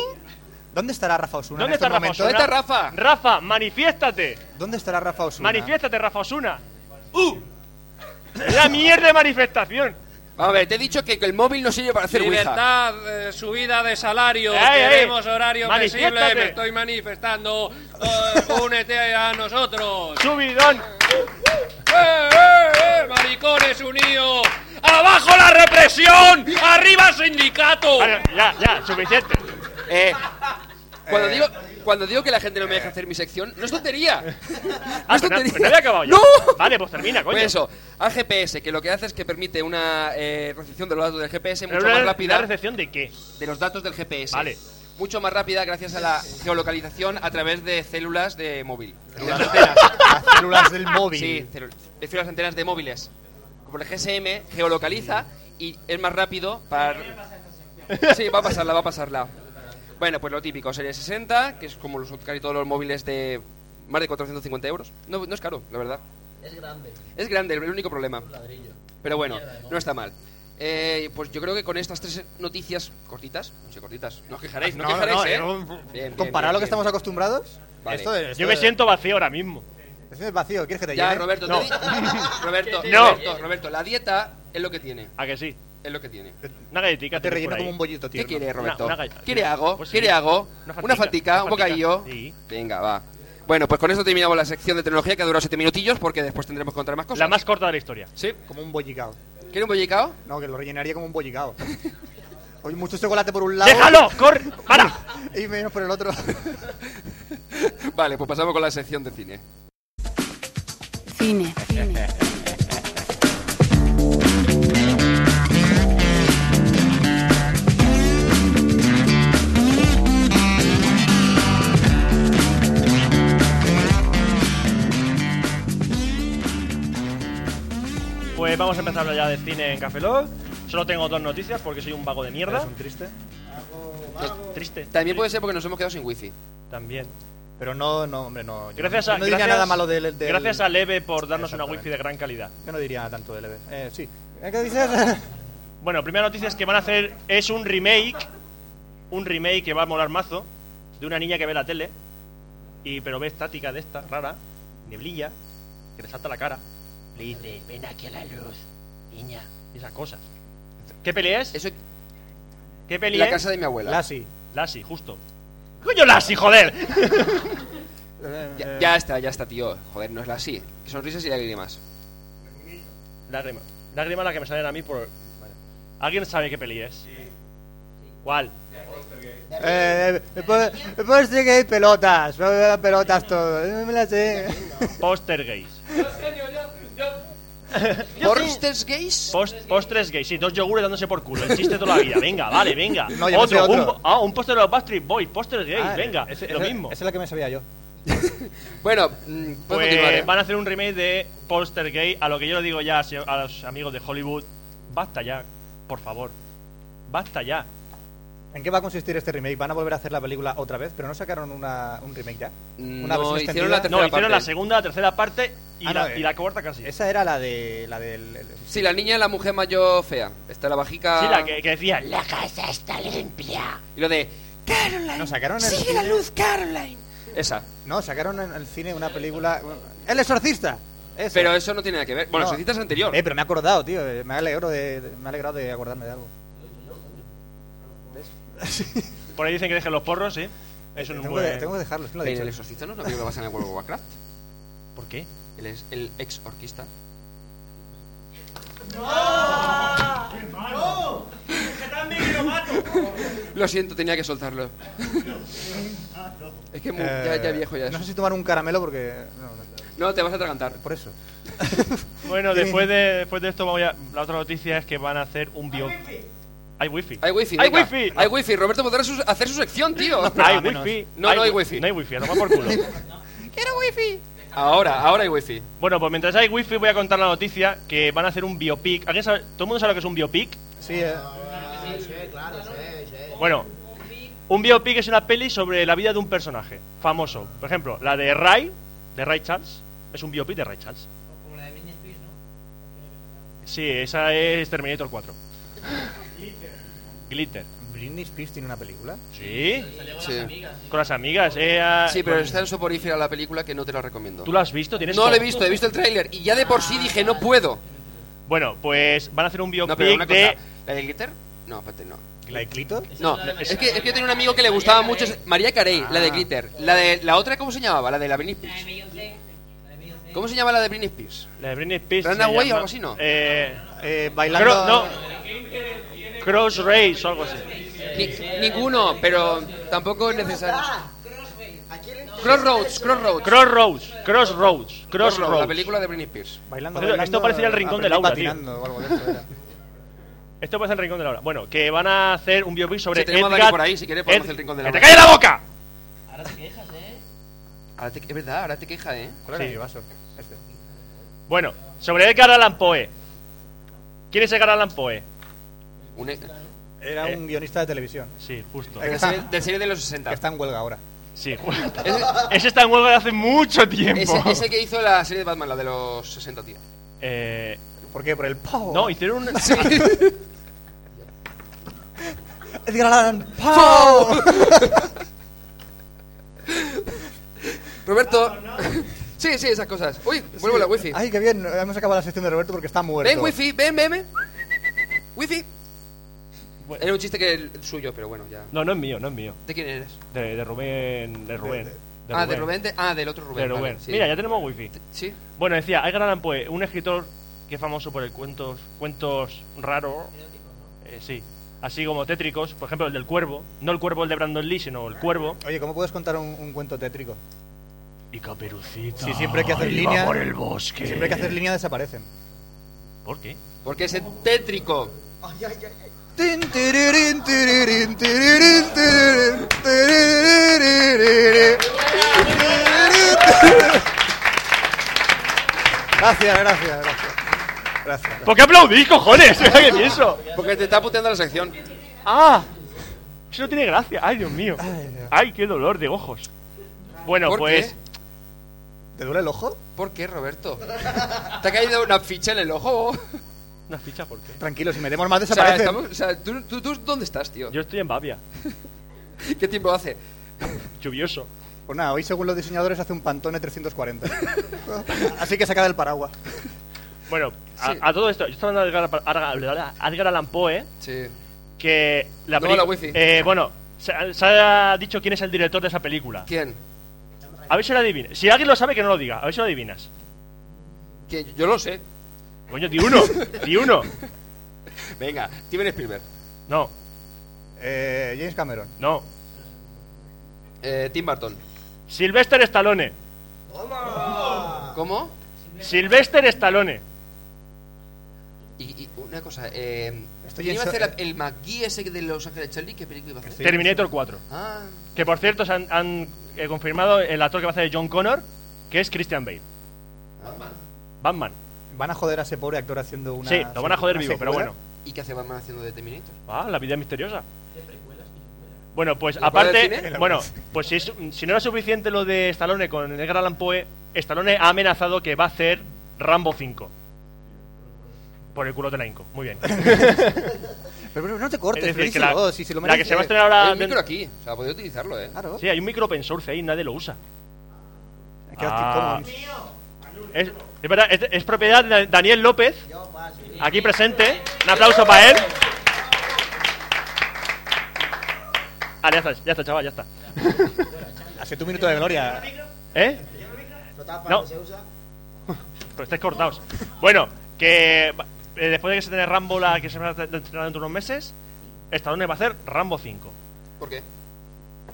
[SPEAKER 2] ¿Dónde estará Rafa Osuna?
[SPEAKER 1] ¿Dónde
[SPEAKER 2] en
[SPEAKER 1] está Rafa
[SPEAKER 2] este estos momentos?
[SPEAKER 1] Osuna?
[SPEAKER 4] ¿Dónde está Rafa?
[SPEAKER 1] Rafa, manifiéstate.
[SPEAKER 2] ¿Dónde estará Rafa Osuna?
[SPEAKER 1] Manifiéstate, Rafa Osuna. ¡Uh! ¡La mierda de manifestación!
[SPEAKER 4] Vamos a ver, te he dicho que que el móvil no sirve para hacer Ouija.
[SPEAKER 7] Libertad, eh, subida de salario,
[SPEAKER 1] ¡Ey, ey!
[SPEAKER 7] queremos horario
[SPEAKER 1] Manifiéstate.
[SPEAKER 7] flexible, me estoy manifestando, eh,
[SPEAKER 8] Oh,
[SPEAKER 1] [laughs]
[SPEAKER 7] únete a nosotros.
[SPEAKER 1] ¡Subidón!
[SPEAKER 7] ¡Eh, eh, eh, maricones unidos! ¡Abajo la represión! ¡Arriba el sindicato!
[SPEAKER 1] Vale, ya, ya, suficiente.
[SPEAKER 4] Eh, [laughs] cuando, digo, cuando digo que la gente no me deja hacer mi sección, no es tontería. no
[SPEAKER 1] [laughs] Ah,
[SPEAKER 4] es
[SPEAKER 1] pero no,
[SPEAKER 4] tontería.
[SPEAKER 1] pero no había acabado yo.
[SPEAKER 4] [laughs] ¡No!
[SPEAKER 1] Vale, pues termina, coño.
[SPEAKER 4] Pues eso, al GPS, que lo que hace es que permite una eh, recepción de los datos del GPS
[SPEAKER 1] Pero
[SPEAKER 4] mucho
[SPEAKER 1] una,
[SPEAKER 4] más
[SPEAKER 1] una
[SPEAKER 4] rápida
[SPEAKER 1] recepción de qué?
[SPEAKER 4] de los datos del GPS.
[SPEAKER 1] Vale.
[SPEAKER 4] Mucho más rápida gracias a la geolocalización a través de células de móvil. Y de las antenas.
[SPEAKER 2] Las células del móvil.
[SPEAKER 4] Sí, celu- prefiero las antenas de móviles. Como el GSM geolocaliza y es más rápido para... Sí, va a pasarla, va a pasarla. Bueno, pues lo típico, serie 60, que es como los casi todos los móviles de más de 450 euros. No, no es caro, la verdad.
[SPEAKER 6] Es grande.
[SPEAKER 4] Es grande, el único problema. Pero bueno, no está mal. Eh, pues yo creo que con estas tres noticias cortitas, no sé, cortitas, no os quejaréis, no, os
[SPEAKER 2] No, no,
[SPEAKER 4] quejaréis,
[SPEAKER 2] no,
[SPEAKER 4] ¿eh?
[SPEAKER 2] era un-
[SPEAKER 4] Bien, bien,
[SPEAKER 2] Comparado a lo que
[SPEAKER 4] bien,
[SPEAKER 2] estamos
[SPEAKER 4] bien.
[SPEAKER 2] acostumbrados,
[SPEAKER 4] Vale.
[SPEAKER 2] esto, es-
[SPEAKER 1] Yo
[SPEAKER 2] esto
[SPEAKER 1] me
[SPEAKER 2] es-
[SPEAKER 1] siento vacío ahora mismo.
[SPEAKER 2] te sientes vacío, ¿quieres que te
[SPEAKER 4] Ya,
[SPEAKER 2] llene?
[SPEAKER 4] Roberto,
[SPEAKER 1] ¿eh? No. [laughs]
[SPEAKER 4] te di- Roberto,
[SPEAKER 1] No.
[SPEAKER 4] Roberto, Roberto, la dieta es lo que tiene,
[SPEAKER 1] ¿A que sí?
[SPEAKER 4] es lo que tiene.
[SPEAKER 1] Una galletica
[SPEAKER 2] Te
[SPEAKER 1] tienes
[SPEAKER 2] relleno
[SPEAKER 1] por ahí.
[SPEAKER 2] como un bollito, tío.
[SPEAKER 4] ¿Qué quiere, Roberto?
[SPEAKER 1] Una- una galleta.
[SPEAKER 4] ¿Quiere algo?
[SPEAKER 1] Pues sí.
[SPEAKER 4] ¿Quiere algo?
[SPEAKER 1] Una faltica,
[SPEAKER 4] Una faltica,
[SPEAKER 1] una
[SPEAKER 4] un
[SPEAKER 1] faltica.
[SPEAKER 4] bocadillo.
[SPEAKER 1] Sí.
[SPEAKER 4] Venga, va. Bueno, pues con esto terminamos la sección de tecnología que ha durado 7 minutillos porque después tendremos que contar más cosas.
[SPEAKER 1] La más corta de la historia.
[SPEAKER 4] Sí.
[SPEAKER 2] Como un bollicao.
[SPEAKER 4] ¿Quiere un bollicao?
[SPEAKER 2] No, que lo rellenaría como un bollicao.
[SPEAKER 4] [laughs]
[SPEAKER 2] Hoy mucho chocolate por un lado.
[SPEAKER 1] ¡Déjalo! ¡Corre! ¡Para!
[SPEAKER 2] [laughs] Y menos por el otro.
[SPEAKER 4] Vale, pues pasamos con la sección de cine.
[SPEAKER 5] Cine. Cine.
[SPEAKER 1] Pues vamos a empezar a hablar ya de cine en Café Lock. Solo tengo dos noticias porque soy un vago de
[SPEAKER 2] ¿Eres
[SPEAKER 1] mierda.
[SPEAKER 2] un triste?
[SPEAKER 1] Triste.
[SPEAKER 4] También puede ser porque nos hemos quedado sin wifi.
[SPEAKER 1] También.
[SPEAKER 2] Pero no, no, hombre, no. yo
[SPEAKER 1] Gracias
[SPEAKER 2] no-
[SPEAKER 1] a,
[SPEAKER 2] no diría
[SPEAKER 1] gracias,
[SPEAKER 2] nada malo del. del-
[SPEAKER 1] gracias a Leve por darnos una
[SPEAKER 2] Exactamente.
[SPEAKER 1] wifi de gran calidad.
[SPEAKER 2] Yo no diría tanto del EB. Eh, sí. ¿Eh, ¿Qué [laughs] dices?
[SPEAKER 1] Bueno, primera noticia es que van a hacer. Es un remake. Un remake que va a molar mazo. De una niña que ve la tele. Y pero ve estática de esta, rara. Neblilla. Que le salta la cara. Le dice, ven aquí a la luz, niña. Y esas cosas. ¿Qué peli es?
[SPEAKER 4] Eso
[SPEAKER 1] ¿Qué
[SPEAKER 4] es
[SPEAKER 1] peli
[SPEAKER 4] la
[SPEAKER 1] es?
[SPEAKER 4] casa de mi abuela.
[SPEAKER 2] Lassie.
[SPEAKER 1] Lassie, justo. ¡Coño Lassie, joder!
[SPEAKER 2] Eh,
[SPEAKER 4] Ya, ya está, ya está, tío. Joder, no es la así. Sonrisas y lágrimas.
[SPEAKER 1] Lágrima. Lágrima la que me salen a mí por. Vale. ¿Alguien sabe qué peli es? ¿Cuál?
[SPEAKER 2] Eh, después, después sí que hay pelotas. eh, Pelotas todo. Eh, me las sé.
[SPEAKER 1] Poster gays.
[SPEAKER 4] ¿Borsters Gays?
[SPEAKER 1] Post- postres gays, sí, dos yogures dándose por culo. El chiste toda la vida. Venga, vale, venga.
[SPEAKER 2] No, yo pensé
[SPEAKER 1] Un,
[SPEAKER 2] otro.
[SPEAKER 1] po- ah, un póster de los Backstreet Boys, postres gays,
[SPEAKER 2] Ah,
[SPEAKER 1] venga.
[SPEAKER 2] ese-
[SPEAKER 1] lo
[SPEAKER 2] esa-
[SPEAKER 1] mismo.
[SPEAKER 2] Esa es la que me sabía yo.
[SPEAKER 4] Bueno, mm, puedes
[SPEAKER 1] pues
[SPEAKER 4] continuar, ¿eh?
[SPEAKER 1] van a hacer un remake de Poster Gay, a lo que yo le digo ya a se- a los amigos de Hollywood, basta ya, por favor. Basta ya.
[SPEAKER 2] ¿En qué va a consistir este remake? ¿Van a volver a hacer la película otra vez? ¿Pero no sacaron una, un remake ya?
[SPEAKER 4] Mm,
[SPEAKER 2] ¿Una
[SPEAKER 4] no,
[SPEAKER 2] versión
[SPEAKER 4] hicieron
[SPEAKER 2] extendida?
[SPEAKER 4] la
[SPEAKER 1] No,
[SPEAKER 4] Tercera
[SPEAKER 1] hicieron
[SPEAKER 4] parte.
[SPEAKER 1] la segunda, la tercera parte y,
[SPEAKER 2] Ah,
[SPEAKER 1] la,
[SPEAKER 2] no,
[SPEAKER 1] y
[SPEAKER 2] eh.
[SPEAKER 1] la cuarta casi.
[SPEAKER 2] Esa era la de. La del. el-
[SPEAKER 4] Sí, la niña, la mujer mayor fea. Está la bajica.
[SPEAKER 1] Sí, la que, que decía, la
[SPEAKER 4] Y lo de.
[SPEAKER 2] No, sacaron en el cine-
[SPEAKER 4] Esa.
[SPEAKER 2] No, sacaron en el cine una película. ¡El exorcista! Esa.
[SPEAKER 4] Pero eso no tiene nada que ver. Bueno,
[SPEAKER 2] No.
[SPEAKER 4] su cita es anterior.
[SPEAKER 2] Eh, pero me he acordado, tío. eh, Me he alegrado de, de- me he alegrado de acordarme de algo.
[SPEAKER 1] Por ahí dicen que dejen los porros, ¿sí? Eso no
[SPEAKER 2] tengo, que,
[SPEAKER 1] puede.
[SPEAKER 2] tengo que dejarlo, es que no lo he
[SPEAKER 4] Pero
[SPEAKER 2] dicho.
[SPEAKER 4] el exorcista no es lo que pasa en el juego de Warcraft.
[SPEAKER 1] ¿Por qué?
[SPEAKER 4] El, es- el ex orquista. Lo siento, tenía que soltarlo. es que mu- ya,
[SPEAKER 2] Eh,
[SPEAKER 4] ya viejo ya es.
[SPEAKER 2] No sé si tomar un caramelo porque. No, no,
[SPEAKER 4] No, te vas a atragantar.
[SPEAKER 2] por eso.
[SPEAKER 1] Bueno,
[SPEAKER 2] Sí.
[SPEAKER 1] después de, después de esto, voy a, la otra noticia es que van a hacer un bio. Hay wifi.
[SPEAKER 4] Hay wifi,
[SPEAKER 1] Hay
[SPEAKER 4] venga.
[SPEAKER 1] wifi.
[SPEAKER 2] [laughs]
[SPEAKER 4] Hay wifi. Roberto podrá su- hacer su sección, tío.
[SPEAKER 1] Hay wifi.
[SPEAKER 4] No, no hay wifi. [laughs]
[SPEAKER 1] No hay wifi, a tomar por culo.
[SPEAKER 2] ¡Quiero wifi!
[SPEAKER 4] Ahora, ahora hay wifi.
[SPEAKER 1] Bueno, pues mientras hay wifi voy a contar la noticia que van a hacer un biopic. ¿Alguien sabe- ¿Todo el mundo sabe lo que es un biopic?
[SPEAKER 2] Sí, eh.
[SPEAKER 1] Bueno, un biopic es una peli sobre la vida de un personaje famoso. Por ejemplo, la de Ray, de Ray Charles, es un biopic de Ray Charles.
[SPEAKER 6] Como la de Britney Spears, ¿no?
[SPEAKER 1] Sí, esa es Terminator 4. Glitter.
[SPEAKER 2] ¿Britney Spears tiene una película?
[SPEAKER 1] Sí,
[SPEAKER 4] Sí.
[SPEAKER 1] con las amigas. eh, ah,
[SPEAKER 4] Sí, pero
[SPEAKER 1] bueno,
[SPEAKER 4] está en soporífera la película que no te la recomiendo.
[SPEAKER 1] ¿Tú lo has visto? ¿Tienes
[SPEAKER 4] No
[SPEAKER 1] todo?
[SPEAKER 4] la he visto, he visto el tráiler y ya de por sí dije, no puedo.
[SPEAKER 1] Bueno, pues van a hacer un
[SPEAKER 4] No,
[SPEAKER 1] biopic
[SPEAKER 4] pero una
[SPEAKER 1] de.
[SPEAKER 4] cosa, ¿la del glitter? No, espérate, no.
[SPEAKER 2] ¿La de eh, Clitor?
[SPEAKER 4] No, es que, es que yo tenía un amigo que le gustaba mucho es- María Carey, la
[SPEAKER 1] Ah.
[SPEAKER 4] de Glitter. La de la otra cómo se llamaba, la de la Britney Spears. ¿Cómo se llama la de Britney Spears?
[SPEAKER 1] La de Britney Spears.
[SPEAKER 4] Runaway
[SPEAKER 1] se
[SPEAKER 4] o
[SPEAKER 1] llama,
[SPEAKER 4] algo así, ¿no?
[SPEAKER 1] Eh,
[SPEAKER 2] Eh,
[SPEAKER 1] Cro-
[SPEAKER 2] bailando.
[SPEAKER 1] no. Cross Race o algo así.
[SPEAKER 4] Ni- ninguno, pero tampoco es necesario. Crossroads, Crossroads.
[SPEAKER 1] Crossroads, Crossroads, Crossroads.
[SPEAKER 4] la película de Britney Spears.
[SPEAKER 2] Bailando,
[SPEAKER 1] Por cierto,
[SPEAKER 2] bailando,
[SPEAKER 1] esto parecería el rincón del
[SPEAKER 2] aprendí
[SPEAKER 1] aula,
[SPEAKER 2] patinando o algo de eso era.
[SPEAKER 1] Esto pasa el rincón de la hora. Bueno, que van a hacer un biopic sobre
[SPEAKER 4] Si tenemos a
[SPEAKER 1] Edgar.
[SPEAKER 4] Dani por ahí, si quieres podemos hacer el rincón de la
[SPEAKER 1] ¡Que te
[SPEAKER 4] hora.
[SPEAKER 1] calle la boca!
[SPEAKER 6] Ahora te quejas, ¿eh?
[SPEAKER 4] Ahora te- es verdad, ahora te queja, ¿eh?
[SPEAKER 2] ¿Cuál era
[SPEAKER 1] Sí.
[SPEAKER 2] mi vaso? Este.
[SPEAKER 1] Bueno, sobre Edgar Allan Poe. ¿Quién es Edgar Allan Poe?
[SPEAKER 4] Un- e,
[SPEAKER 2] Era
[SPEAKER 1] Eh.
[SPEAKER 2] un guionista de televisión.
[SPEAKER 1] Sí, justo.
[SPEAKER 4] de, serie, de serie de los 60.
[SPEAKER 2] Que está en huelga ahora.
[SPEAKER 1] Sí, justo.
[SPEAKER 4] Ese,
[SPEAKER 1] [laughs] Ese está en huelga de hace mucho [laughs] tiempo.
[SPEAKER 4] ese- ese que hizo la serie de Batman, la de los 60, tío.
[SPEAKER 1] Eh,
[SPEAKER 2] ¿Por qué? Por el pavo.
[SPEAKER 1] no, hicieron
[SPEAKER 4] [laughs]
[SPEAKER 1] un...
[SPEAKER 2] Edgar Allan Poe.
[SPEAKER 4] Roberto. [laughs] Sí, sí, esas cosas. Uy, vuelvo a la wifi.
[SPEAKER 2] Ay, qué bien. Hemos acabado la sección de Roberto porque está muerto.
[SPEAKER 4] Ven, wifi, ven, ven, ven. Wifi. Era un chiste que el suyo, pero bueno, ya.
[SPEAKER 1] No, no es mío, no es mío.
[SPEAKER 4] ¿De quién eres?
[SPEAKER 1] De, de Rubén... De Rubén.
[SPEAKER 4] ah, de Rubén. de- ah, del otro Rubén.
[SPEAKER 1] De
[SPEAKER 4] vale,
[SPEAKER 1] Rubén.
[SPEAKER 4] sí.
[SPEAKER 1] Mira, ya tenemos wifi.
[SPEAKER 4] Sí.
[SPEAKER 1] Bueno, decía, Edgar Allan Poe, un escritor que es famoso por el cuentos, cuentos raros, eh, sí, así como tétricos, por ejemplo el del cuervo, no el cuervo el de Brandon Lee, sino el cuervo
[SPEAKER 2] Oye, ¿cómo puedes contar un, un cuento tétrico?
[SPEAKER 1] y Caperucita.
[SPEAKER 2] Si siempre que haces
[SPEAKER 1] iba
[SPEAKER 2] línea-
[SPEAKER 1] por el bosque.
[SPEAKER 2] Siempre que haces línea desaparecen.
[SPEAKER 1] ¿Por qué?
[SPEAKER 4] Porque es tétrico.
[SPEAKER 2] Tin, tirirín, tirirín, tirirín, tirirín, tirirín, tirirín. Gracias, gracias, gracias. Gracias.
[SPEAKER 1] ¿Por qué aplaudís, cojones? [laughs] ¿Qué pienso?
[SPEAKER 4] Porque te está puteando la sección.
[SPEAKER 1] Ah, eso no tiene gracia. Ay, Dios mío.
[SPEAKER 2] Ay, Dios.
[SPEAKER 1] Ay, qué dolor de ojos. Bueno,
[SPEAKER 4] ¿Por
[SPEAKER 1] pues
[SPEAKER 4] qué?
[SPEAKER 2] ¿Te duele el ojo?
[SPEAKER 4] ¿Por qué, Roberto? ¿Te ha caído una ficha en el ojo? O
[SPEAKER 1] una ficha por qué.
[SPEAKER 2] Tranquilo, si metemos más
[SPEAKER 4] sea,
[SPEAKER 2] desaparecen.
[SPEAKER 4] estamos- o sea, ¿tú, tú, tú dónde estás, tío?
[SPEAKER 1] Yo estoy en Bavia,
[SPEAKER 4] ¿Qué tiempo hace?
[SPEAKER 1] lluvioso.
[SPEAKER 2] Pues nada, hoy según los diseñadores hace un pantone
[SPEAKER 1] [laughs]
[SPEAKER 2] 340. Así que saca del paraguas.
[SPEAKER 1] Bueno, a,
[SPEAKER 4] Sí.
[SPEAKER 1] a todo esto, yo estaba hablando de Edgar- Edgar Allan Poe, ¿eh?
[SPEAKER 4] Sí.
[SPEAKER 1] que la
[SPEAKER 4] No,
[SPEAKER 1] peli-
[SPEAKER 4] la wifi.
[SPEAKER 1] Eh, bueno, se, ha- se ha dicho quién es el director de esa película.
[SPEAKER 4] ¿Quién?
[SPEAKER 1] A ver si lo adivinas. Si alguien lo sabe, que no lo diga. A ver si lo adivinas.
[SPEAKER 4] Que yo lo sé.
[SPEAKER 1] Coño, di uno. di uno.
[SPEAKER 4] Venga, Steven Spielberg.
[SPEAKER 1] No,
[SPEAKER 2] Eh, James Cameron.
[SPEAKER 1] no.
[SPEAKER 4] Eh, Tim Burton.
[SPEAKER 1] Sylvester Stallone.
[SPEAKER 4] ¿Cómo?
[SPEAKER 1] Sylvester Stallone.
[SPEAKER 4] Y, y una cosa, eh,
[SPEAKER 2] Estoy en
[SPEAKER 4] ¿quién iba a
[SPEAKER 2] so-
[SPEAKER 4] hacer la- el McGee ese de Los Ángeles Charlie? ¿Qué película iba a hacer?
[SPEAKER 1] Terminator 4.
[SPEAKER 4] Ah,
[SPEAKER 1] Que por cierto, se han, han, eh, confirmado el actor que va a hacer de John Connor, que es Christian Bale. Batman.
[SPEAKER 2] Van a joder a ese pobre actor haciendo una.
[SPEAKER 1] sí, lo van a joder
[SPEAKER 2] una
[SPEAKER 1] vivo, pero
[SPEAKER 2] secuela.
[SPEAKER 1] bueno.
[SPEAKER 4] ¿y qué hace Batman haciendo de Terminator?
[SPEAKER 1] Ah, la vida misteriosa. Bueno, pues
[SPEAKER 4] ¿La cual del
[SPEAKER 1] aparte,
[SPEAKER 4] cine?
[SPEAKER 1] bueno, pues si, es- si no era suficiente lo de Stallone con Edgar Allan Poe, Stallone ha amenazado que va a hacer Rambo 5. Por el culo de la Inco. Muy bien.
[SPEAKER 2] Pero, pero no te
[SPEAKER 1] Es
[SPEAKER 2] cortes,
[SPEAKER 1] decir, que
[SPEAKER 2] Freddy,
[SPEAKER 1] la,
[SPEAKER 2] si lo- si, si lo
[SPEAKER 1] la que
[SPEAKER 2] mereces.
[SPEAKER 1] se va a estrenar ahora.
[SPEAKER 4] Hay un micro aquí, o sea, podía utilizarlo, ¿eh?
[SPEAKER 2] Claro.
[SPEAKER 1] Sí, hay un micro open source ahí, nadie lo usa.
[SPEAKER 2] Creative
[SPEAKER 1] Ah.
[SPEAKER 2] Commons.
[SPEAKER 1] Es, es verdad, es, es propiedad de Daniel López, aquí presente. Un aplauso para él. Ah, ya está, ya está, chaval, ya está.
[SPEAKER 2] Hace tu minuto de gloria.
[SPEAKER 1] ¿Eh? No. [laughs] Pero estáis cortados. Bueno, que va- eh, después de que se tiene Rambo, la que se va a estrenar dentro de unos meses, Stallone va a hacer Rambo 5.
[SPEAKER 4] ¿Por qué?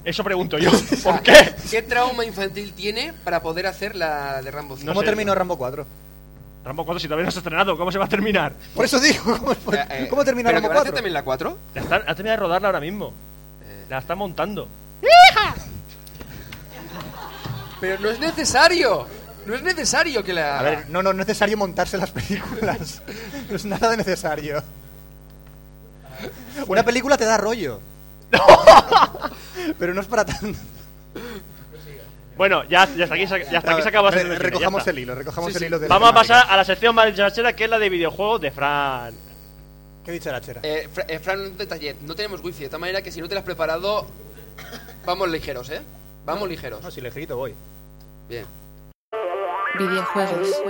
[SPEAKER 1] Eso pregunto yo. ¿Por qué?
[SPEAKER 4] [laughs] ¿Qué trauma infantil tiene para poder hacer la de Rambo 5?
[SPEAKER 1] No
[SPEAKER 2] ¿Cómo
[SPEAKER 1] sé.
[SPEAKER 2] terminó Rambo 4?
[SPEAKER 1] Rambo 4 si todavía no se ha estrenado, ¿cómo se va a terminar?
[SPEAKER 2] Por eso digo, [laughs] ¿cómo,
[SPEAKER 1] Eh,
[SPEAKER 2] ¿cómo terminó
[SPEAKER 4] eh,
[SPEAKER 2] Rambo
[SPEAKER 4] ¿Pero que van a hacer
[SPEAKER 2] 4?
[SPEAKER 4] también la 4?
[SPEAKER 1] La están, ha terminado de rodarla ahora mismo.
[SPEAKER 4] Eh.
[SPEAKER 1] La están montando.
[SPEAKER 4] Pero no es necesario. No es necesario que la...
[SPEAKER 2] A ver, no, no, no es necesario montarse las [laughs] películas. No es nada de necesario. Una película te da rollo.
[SPEAKER 1] [laughs]
[SPEAKER 2] Pero no es para tanto.
[SPEAKER 1] Bueno, ya, ya hasta aquí, se- ya hasta aquí se acaba
[SPEAKER 2] A ver,
[SPEAKER 1] Sesión de Cine, ya
[SPEAKER 2] Recojamos
[SPEAKER 1] está.
[SPEAKER 2] el hilo, recojamos
[SPEAKER 4] Sí,
[SPEAKER 2] el
[SPEAKER 4] sí.
[SPEAKER 2] hilo de
[SPEAKER 1] Vamos a
[SPEAKER 2] temática.
[SPEAKER 1] pasar a la sección más dicharachera, que es la de videojuegos de Fran.
[SPEAKER 2] ¿Qué dicharachera?
[SPEAKER 4] Eh, Fra- eh, Fran, un detalle. No tenemos wifi, de tal manera que si no te lo has preparado, vamos ligeros, ¿eh? Vamos ligeros.
[SPEAKER 2] No, si le grito voy.
[SPEAKER 4] Bien.
[SPEAKER 5] Videojuegos.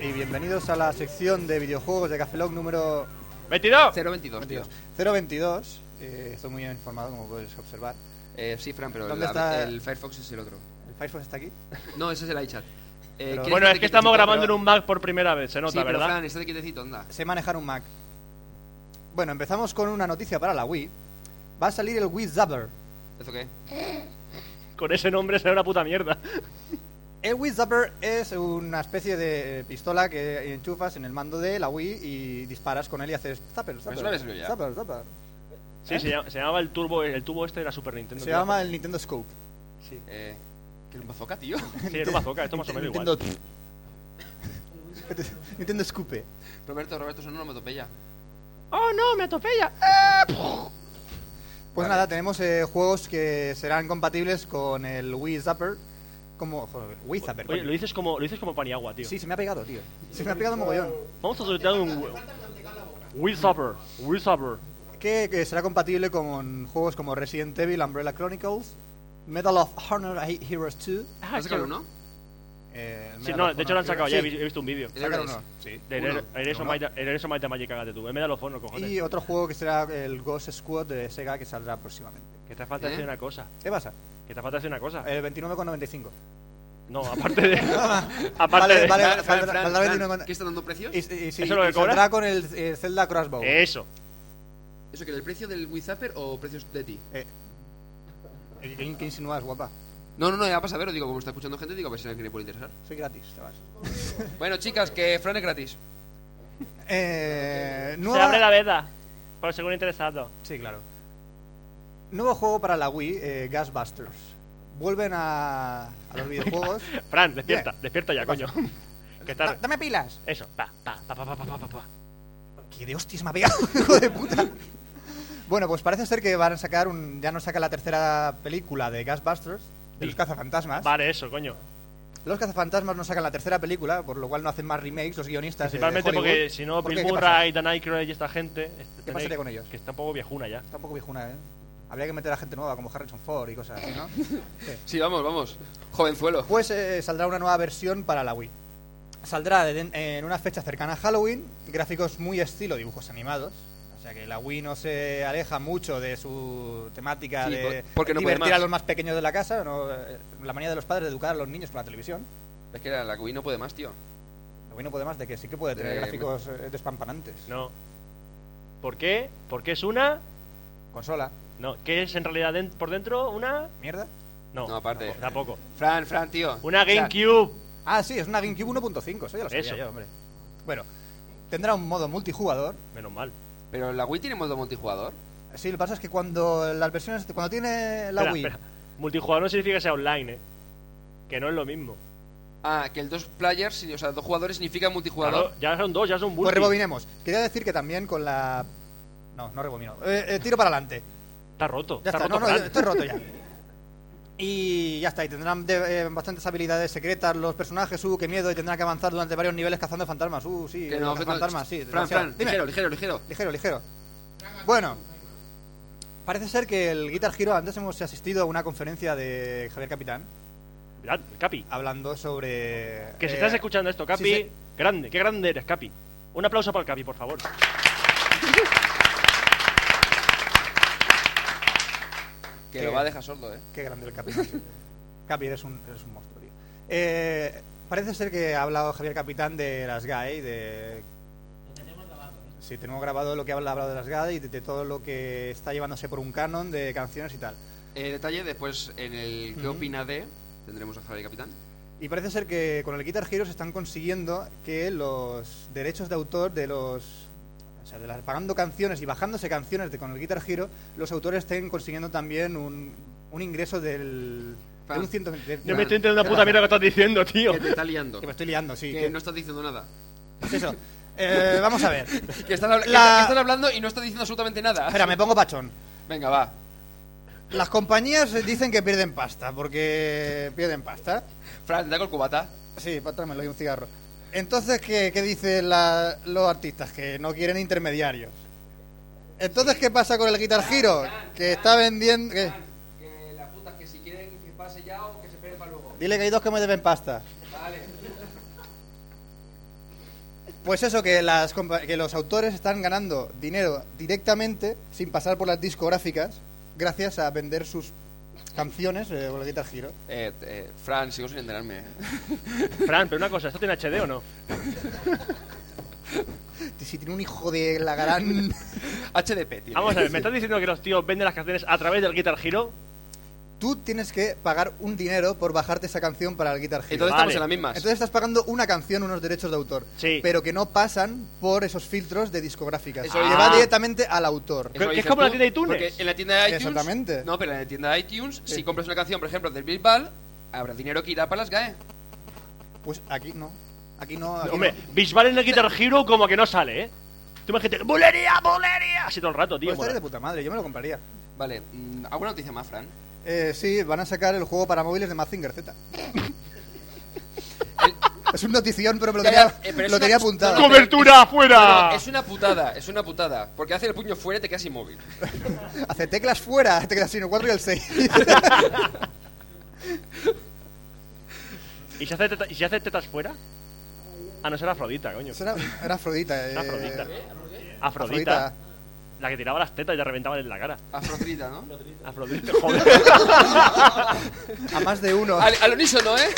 [SPEAKER 2] Y bienvenidos a la sección de videojuegos de Café Lock número
[SPEAKER 1] 22.
[SPEAKER 4] 022, tío.
[SPEAKER 2] 022. Eh, estoy muy bien informado, como puedes observar.
[SPEAKER 4] Eh, sí, Fran, pero
[SPEAKER 2] ¿Dónde
[SPEAKER 4] la-
[SPEAKER 2] está?
[SPEAKER 4] el Firefox es el otro.
[SPEAKER 2] ¿El Firefox está aquí?
[SPEAKER 4] No, ese es el iChat. Eh,
[SPEAKER 2] Pero-
[SPEAKER 4] ¿quieres
[SPEAKER 1] Bueno,
[SPEAKER 4] que
[SPEAKER 1] es
[SPEAKER 4] te
[SPEAKER 1] que
[SPEAKER 4] quite
[SPEAKER 1] estamos
[SPEAKER 4] tiempo?
[SPEAKER 1] grabando en un Mac por primera vez, se
[SPEAKER 4] Sí,
[SPEAKER 1] nota,
[SPEAKER 4] pero
[SPEAKER 1] ¿verdad?
[SPEAKER 4] Fran, estate quietecito, anda.
[SPEAKER 2] Sé manejar un Mac. Bueno, empezamos con una noticia para la Wii. Va a salir el Wii Zapper.
[SPEAKER 4] ¿Eso qué?
[SPEAKER 1] Con ese nombre será una puta mierda.
[SPEAKER 2] El Wii Zapper es una especie de eh, pistola que enchufas en el mando de la Wii y disparas con él y haces zapper, zapper,
[SPEAKER 1] Pues
[SPEAKER 4] eso lo habías leído ya.
[SPEAKER 2] zapper, zapper.
[SPEAKER 1] Sí, se, llama- se llamaba el turbo, el tubo este de la Super Nintendo.
[SPEAKER 2] ¿Eh? Se llama el Nintendo Scope.
[SPEAKER 4] Eh, ¿Qué es un bazooka, tío?
[SPEAKER 1] Sí, era un bazooka, esto más o menos
[SPEAKER 2] Nintendo...
[SPEAKER 1] igual.
[SPEAKER 2] [laughs] Nintendo Scope.
[SPEAKER 4] [laughs] Roberto, Roberto, eso no me
[SPEAKER 1] Ah,
[SPEAKER 4] topeya.
[SPEAKER 1] ¡Oh, no! ¡Me atropella!
[SPEAKER 2] Pues
[SPEAKER 4] Vale.
[SPEAKER 2] nada, tenemos eh, juegos que serán compatibles con el Wii Zapper. Como. Joder, Wii Zapper.
[SPEAKER 1] Oye,
[SPEAKER 2] coño.
[SPEAKER 1] lo dices como, lo dices como Paniagua, tío.
[SPEAKER 2] Sí, se me ha pegado, tío. Se me ha pegado mogollón.
[SPEAKER 1] Vamos a sortear un huevo. Will Supper, Will Supper.
[SPEAKER 2] Que, que será compatible con juegos como Resident Evil, Umbrella Chronicles, Medal of Honor He- Heroes 2.
[SPEAKER 4] ¿Has sacado uno?
[SPEAKER 2] eh,
[SPEAKER 1] Sí,
[SPEAKER 2] Medal
[SPEAKER 1] no,
[SPEAKER 2] of
[SPEAKER 1] de hecho
[SPEAKER 2] Honor
[SPEAKER 1] lo han sacado ya, he
[SPEAKER 2] Heroes-
[SPEAKER 1] vi- he visto un vídeo.
[SPEAKER 4] El
[SPEAKER 2] sacaron
[SPEAKER 4] Everest.
[SPEAKER 2] uno, sí.
[SPEAKER 1] De
[SPEAKER 4] Uno.
[SPEAKER 1] Eres
[SPEAKER 2] Uno.
[SPEAKER 1] of Might Magic, cágate tú. Me da los fonos,
[SPEAKER 2] Sí.
[SPEAKER 1] cojones.
[SPEAKER 2] Y otro juego que será el Ghost Squad de Sega que saldrá próximamente.
[SPEAKER 1] Que te falta
[SPEAKER 4] ¿Eh?
[SPEAKER 1] hacer una cosa.
[SPEAKER 2] ¿Qué pasa?
[SPEAKER 1] Que te falta hacer una cosa.
[SPEAKER 2] El 29,95.
[SPEAKER 1] No, aparte
[SPEAKER 2] [laughs]
[SPEAKER 1] de. aparte
[SPEAKER 2] Vale,
[SPEAKER 1] de.
[SPEAKER 2] vale,
[SPEAKER 4] Fran, Fran,
[SPEAKER 2] falta-
[SPEAKER 4] Fran,
[SPEAKER 2] falta
[SPEAKER 4] Fran,
[SPEAKER 2] 29.
[SPEAKER 4] ¿Qué está dando precios?
[SPEAKER 2] Y, y- y
[SPEAKER 1] ¿Eso
[SPEAKER 2] sí,
[SPEAKER 1] es lo que
[SPEAKER 2] y saldrá
[SPEAKER 1] cobra?
[SPEAKER 2] con el, eh, Zelda Crossbow.
[SPEAKER 1] Eso.
[SPEAKER 4] ¿Eso que el precio del Wizapper o precios de ti?
[SPEAKER 2] Eh, ¿Qué, qué insinúas, guapa?
[SPEAKER 4] No, no, no, ya vas a ver, digo, como está escuchando gente, digo, a ver si a alguien le puede
[SPEAKER 1] [laughs]
[SPEAKER 4] interesar.
[SPEAKER 2] Soy gratis, te vas.
[SPEAKER 4] Bueno, chicas, que Fran es gratis.
[SPEAKER 2] Eh,
[SPEAKER 1] Se
[SPEAKER 2] nueva-
[SPEAKER 1] abre la veda. Por según interesado.
[SPEAKER 2] Sí, claro. Nuevo juego para la Wii, eh, Gasbusters. Vuelven a,
[SPEAKER 1] [laughs]
[SPEAKER 2] a los videojuegos.
[SPEAKER 1] Fran, despierta,
[SPEAKER 2] Bien.
[SPEAKER 1] despierta ya, coño. [laughs] que
[SPEAKER 2] Da-
[SPEAKER 1] tarde.
[SPEAKER 2] ¡Dame pilas!
[SPEAKER 1] Eso, pa, pa, pa, pa, pa, pa, pa, pa.
[SPEAKER 2] ¡Qué de hostias me ha pegado, [laughs] hijo de puta! Bueno, pues parece ser que van a sacar un... Ya nos saca la tercera película de Gasbusters, de los
[SPEAKER 1] Sí.
[SPEAKER 2] cazafantasmas.
[SPEAKER 1] Vale, eso, coño.
[SPEAKER 2] Los cazafantasmas nos sacan la tercera película, por lo cual no hacen más remakes los guionistas eh, de
[SPEAKER 1] Principalmente porque
[SPEAKER 2] Hollywood.
[SPEAKER 1] si no,
[SPEAKER 2] ¿Por
[SPEAKER 1] Bill
[SPEAKER 2] qué? ¿Qué
[SPEAKER 1] Murray, Dan Aykroyd y esta gente. este, tenéis-
[SPEAKER 2] pasaría con ellos?
[SPEAKER 1] Que está un poco viejuna ya.
[SPEAKER 2] pasa? Tampoco viejuna, ¿eh? Habría que meter a gente nueva como Harrison Ford y cosas así, ¿no?
[SPEAKER 4] Sí, vamos, vamos. Jovenzuelo.
[SPEAKER 2] Pues eh, saldrá una nueva versión para la Wii. Saldrá de- en una fecha cercana a Halloween, gráficos muy estilo dibujos animados. O sea que la Wii no se aleja mucho de su temática
[SPEAKER 4] Sí,
[SPEAKER 2] de
[SPEAKER 4] por- porque no puede
[SPEAKER 2] divertir
[SPEAKER 4] más.
[SPEAKER 2] a los más pequeños de la casa, no, eh, la manía de los padres de educar a los niños con la televisión.
[SPEAKER 4] Es que la, la Wii no puede más, tío.
[SPEAKER 2] La Wii no puede más de que sí que puede tener
[SPEAKER 4] Eh,
[SPEAKER 2] gráficos eh, despampanantes.
[SPEAKER 1] No. ¿Por qué? Porque es una.
[SPEAKER 2] Consola,
[SPEAKER 1] No, ¿qué es en realidad den- por dentro? ¿Una?
[SPEAKER 2] mierda.
[SPEAKER 1] No,
[SPEAKER 4] No, aparte.
[SPEAKER 1] Tampoco.
[SPEAKER 4] Fran, Fran, tío.
[SPEAKER 1] Una
[SPEAKER 4] O sea,
[SPEAKER 1] GameCube.
[SPEAKER 2] Ah, sí, es una GameCube 1.5, eso ya lo sabía
[SPEAKER 1] Eso.
[SPEAKER 2] yo, hombre. Bueno, tendrá un modo multijugador,
[SPEAKER 1] Menos mal.
[SPEAKER 4] Pero la Wii tiene modo multijugador.
[SPEAKER 2] Sí, lo que pasa es que cuando las versiones, cuando tiene la
[SPEAKER 1] Espera,
[SPEAKER 2] Wii,
[SPEAKER 1] espera. Multijugador no significa que sea online, eh. Que no es lo mismo.
[SPEAKER 4] Ah, que el dos players, o sea, dos jugadores significa multijugador.
[SPEAKER 1] Claro, ya son dos, ya son
[SPEAKER 2] pues
[SPEAKER 1] multi.
[SPEAKER 2] rebobinemos. Quería decir que también con la, no, no rebobino. Eh, eh, tiro para adelante.
[SPEAKER 1] Está roto.
[SPEAKER 2] Ya está,
[SPEAKER 1] roto.
[SPEAKER 2] no, no,
[SPEAKER 1] Fran.
[SPEAKER 2] estoy roto ya. Y ya está, y tendrán de- eh, bastantes habilidades secretas los personajes, uh, qué miedo, y tendrán que avanzar durante varios niveles cazando fantasmas, uh, sí,
[SPEAKER 4] que no, que
[SPEAKER 2] cazando
[SPEAKER 4] no.
[SPEAKER 2] fantasmas, sí.
[SPEAKER 4] Fran,
[SPEAKER 2] demasiado.
[SPEAKER 4] Fran,
[SPEAKER 2] Dime.
[SPEAKER 4] ligero, ligero, ligero.
[SPEAKER 2] Ligero, ligero. Bueno, parece ser que el Guitar Hero, antes hemos asistido a una conferencia de Javier Capitán,
[SPEAKER 1] Mirad, Capi.
[SPEAKER 2] hablando sobre...
[SPEAKER 1] Que si
[SPEAKER 2] eh,
[SPEAKER 1] estás escuchando esto, Capi,
[SPEAKER 2] sí, sí.
[SPEAKER 1] grande, qué grande eres, Capi. Un aplauso para el Capi, por favor.
[SPEAKER 4] Que
[SPEAKER 2] ¿Qué?
[SPEAKER 4] lo va a dejar sordo, eh.
[SPEAKER 2] Qué grande el Capi. [laughs] Capi, eres un, eres un monstruo, tío. Eh, parece ser que ha hablado Javier Capitán de las GAE y de... Sí, E tenemos grabado lo que ha hablado de las GAE y de, de todo lo que está llevándose por un canon de canciones y tal.
[SPEAKER 9] eh, detalle, después en el ¿Qué
[SPEAKER 2] Ujú.
[SPEAKER 9] opina de? Tendremos a Javi Capitán.
[SPEAKER 2] Y parece ser que con el Guitar Hero se están consiguiendo que los derechos de autor de los. O sea, de las, pagando canciones y bajándose canciones de, con el Guitar Hero, los autores estén consiguiendo también un, un ingreso del. De
[SPEAKER 9] Fan.
[SPEAKER 2] un ciento, de-
[SPEAKER 1] Ah. Yo me estoy enterando de la puta mierda que estás diciendo, tío.
[SPEAKER 9] Que te está liando.
[SPEAKER 2] que me estoy liando, sí.
[SPEAKER 9] Que
[SPEAKER 2] que-
[SPEAKER 9] no estás diciendo nada.
[SPEAKER 2] pues eso. Eh, vamos a ver.
[SPEAKER 4] Que están, habla- que
[SPEAKER 2] La-
[SPEAKER 4] están- que están hablando y no están diciendo absolutamente nada.
[SPEAKER 2] Espera, me pongo pachón.
[SPEAKER 4] Venga, va.
[SPEAKER 2] Las compañías dicen que pierden pasta, porque pierden pasta.
[SPEAKER 4] Fran, da con el cubata.
[SPEAKER 2] Sí, pa- tráemelo y un cigarro. Entonces, ¿qué, qué dicen la- los artistas? Que no quieren intermediarios. Entonces, ¿qué pasa con el Guitar Hero? Que está vendiendo... ¿qué?
[SPEAKER 4] Que las putas que si quieren que pase ya o que se esperen para luego.
[SPEAKER 2] Dile que hay dos que me deben pasta. Pues eso, que, las, compa- que los autores están ganando dinero directamente, sin pasar por las discográficas, gracias a vender sus canciones eh, con el Guitar Hero.
[SPEAKER 4] Eh, eh, Fran, sigo sin enterarme. eh.
[SPEAKER 1] Fran, pero una cosa, ¿esto tiene HD o no?
[SPEAKER 2] Si tiene un hijo de la
[SPEAKER 4] [laughs]
[SPEAKER 2] gran...
[SPEAKER 4] HDP, tío.
[SPEAKER 1] Vamos a ver, ¿me estás diciendo que los tíos venden las canciones a través del Guitar Hero?
[SPEAKER 2] Tú tienes que pagar un dinero por bajarte esa canción para el Guitar Hero.
[SPEAKER 4] Entonces
[SPEAKER 1] Vale.
[SPEAKER 4] estamos en las mismas.
[SPEAKER 2] Entonces estás pagando una canción, unos derechos de autor,
[SPEAKER 1] Sí.
[SPEAKER 2] pero que no pasan por esos filtros de discográficas.
[SPEAKER 4] Eso Ah.
[SPEAKER 2] que
[SPEAKER 1] dice
[SPEAKER 2] va
[SPEAKER 1] tú.
[SPEAKER 2] directamente al autor.
[SPEAKER 1] Creo que es
[SPEAKER 4] dices
[SPEAKER 1] como la
[SPEAKER 4] tú,
[SPEAKER 1] tienda de iTunes.
[SPEAKER 4] Porque en la tienda de iTunes.
[SPEAKER 2] Exactamente.
[SPEAKER 4] No, pero en la tienda de iTunes, si compras una canción, por ejemplo, del Bisbal, habrá dinero que irá para las GAE.
[SPEAKER 2] Pues aquí no. Aquí no. aquí
[SPEAKER 1] Hombre,
[SPEAKER 2] Ah, no.
[SPEAKER 1] Bisbal en el Guitar Hero como que no sale, ¿eh? Tú imagínate, ¡bulería, bulería! Así todo el rato,
[SPEAKER 2] Pues
[SPEAKER 1] tío.
[SPEAKER 2] estaría de
[SPEAKER 1] mola.
[SPEAKER 2] puta madre, yo me lo compraría.
[SPEAKER 4] Vale, mm, ¿alguna noticia más, Fran?
[SPEAKER 2] Eh, sí, van a sacar el juego para móviles de Mazinger
[SPEAKER 4] [laughs]
[SPEAKER 2] Z. es un notición, pero me lo
[SPEAKER 4] Ya,
[SPEAKER 2] tenía,
[SPEAKER 4] ya, eh, pero es
[SPEAKER 2] lo
[SPEAKER 4] una-
[SPEAKER 2] tenía apuntado.
[SPEAKER 4] Come-
[SPEAKER 1] ¡Cobertura
[SPEAKER 4] Pero
[SPEAKER 1] afuera!
[SPEAKER 4] es una putada, es una putada. Porque hace el puño fuera y te quedas inmóvil.
[SPEAKER 2] Hace teclas fuera, te quedas sin el 4 y el
[SPEAKER 4] [laughs]
[SPEAKER 2] 6.
[SPEAKER 1] ¿Y si hace, teta- y si hace tetas fuera? Ah, no, será Afrodita, coño.
[SPEAKER 2] era, era Afrodita. eh,
[SPEAKER 1] Era Afrodita. Afrodita.
[SPEAKER 2] Afrodita.
[SPEAKER 1] La que tiraba las tetas y te reventaban en la cara.
[SPEAKER 4] Afrofrita, ¿no?
[SPEAKER 2] [laughs]
[SPEAKER 1] Afrodita, joder.
[SPEAKER 2] A más de uno.
[SPEAKER 4] [laughs] Al, al unísono, ¿eh?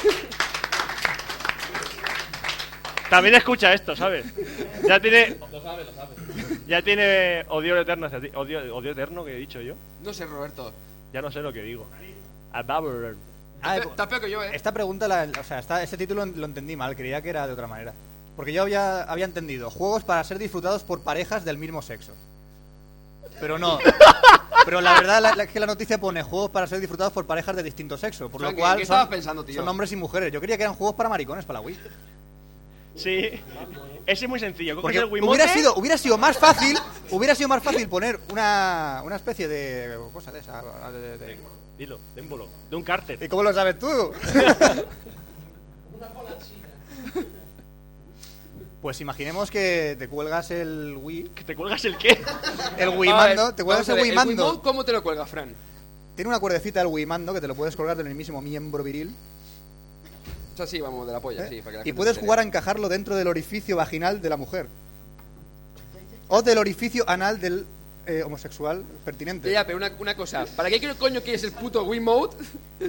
[SPEAKER 1] También escucha esto, ¿sabes? Ya tiene. Lo sabe, lo sabe. Ya tiene odio eterno hacia ti. Odio, odio eterno que he dicho yo.
[SPEAKER 4] No sé, Roberto.
[SPEAKER 1] Ya no sé lo que digo. A Babylon.
[SPEAKER 2] Ah, eh,
[SPEAKER 4] Estás peor que yo, ¿eh?
[SPEAKER 2] Esta pregunta, la, o sea, esta- este título lo entendí mal, creía que era de otra manera. Porque yo había, había entendido juegos para ser disfrutados por parejas del mismo sexo. Pero no. Pero la verdad la- la- es que la noticia pone juegos para ser disfrutados por parejas de distinto sexo. Por lo
[SPEAKER 4] Frank, ¿en
[SPEAKER 2] cual.
[SPEAKER 4] qué
[SPEAKER 2] son-
[SPEAKER 4] estabas pensando, tío?
[SPEAKER 2] Son hombres y mujeres. Yo creía que eran juegos para maricones, para la Wii.
[SPEAKER 1] Sí. Ese es muy sencillo. Coges
[SPEAKER 2] Porque
[SPEAKER 1] el Wiimote.
[SPEAKER 2] hubiera sido, hubiera sido más fácil. Hubiera sido más fácil poner una, una especie de. cosa de esa. de- de- de-
[SPEAKER 1] Dilo, de un bolo. De un cárter.
[SPEAKER 2] ¿Y cómo lo sabes
[SPEAKER 4] [laughs]
[SPEAKER 2] tú? Pues imaginemos que te cuelgas el
[SPEAKER 4] [laughs]
[SPEAKER 2] Wii,
[SPEAKER 1] ¿Que te cuelgas el qué?
[SPEAKER 2] el Wii
[SPEAKER 4] A ver,
[SPEAKER 2] mando, te
[SPEAKER 4] Ah, eh, vamos
[SPEAKER 2] cuelgas
[SPEAKER 4] a
[SPEAKER 2] el
[SPEAKER 4] ver,
[SPEAKER 2] Wii
[SPEAKER 4] Wiimote,
[SPEAKER 2] mando.
[SPEAKER 4] ¿Cómo te lo cuelga, Fran?
[SPEAKER 2] Tiene una cuerdecita el Wii mando que te lo puedes colgar del mismo miembro viril
[SPEAKER 4] O sea, sí, vamos, de la polla,
[SPEAKER 2] ¿eh?
[SPEAKER 4] sí. Para que la
[SPEAKER 2] y
[SPEAKER 4] gente
[SPEAKER 2] puedes
[SPEAKER 4] se entere.
[SPEAKER 2] jugar a encajarlo dentro del orificio vaginal de la mujer o del orificio anal del eh, homosexual pertinente.
[SPEAKER 4] Ya, ya, pero una, una cosa. ¿Para qué coño quieres el puto Wiimote? [laughs]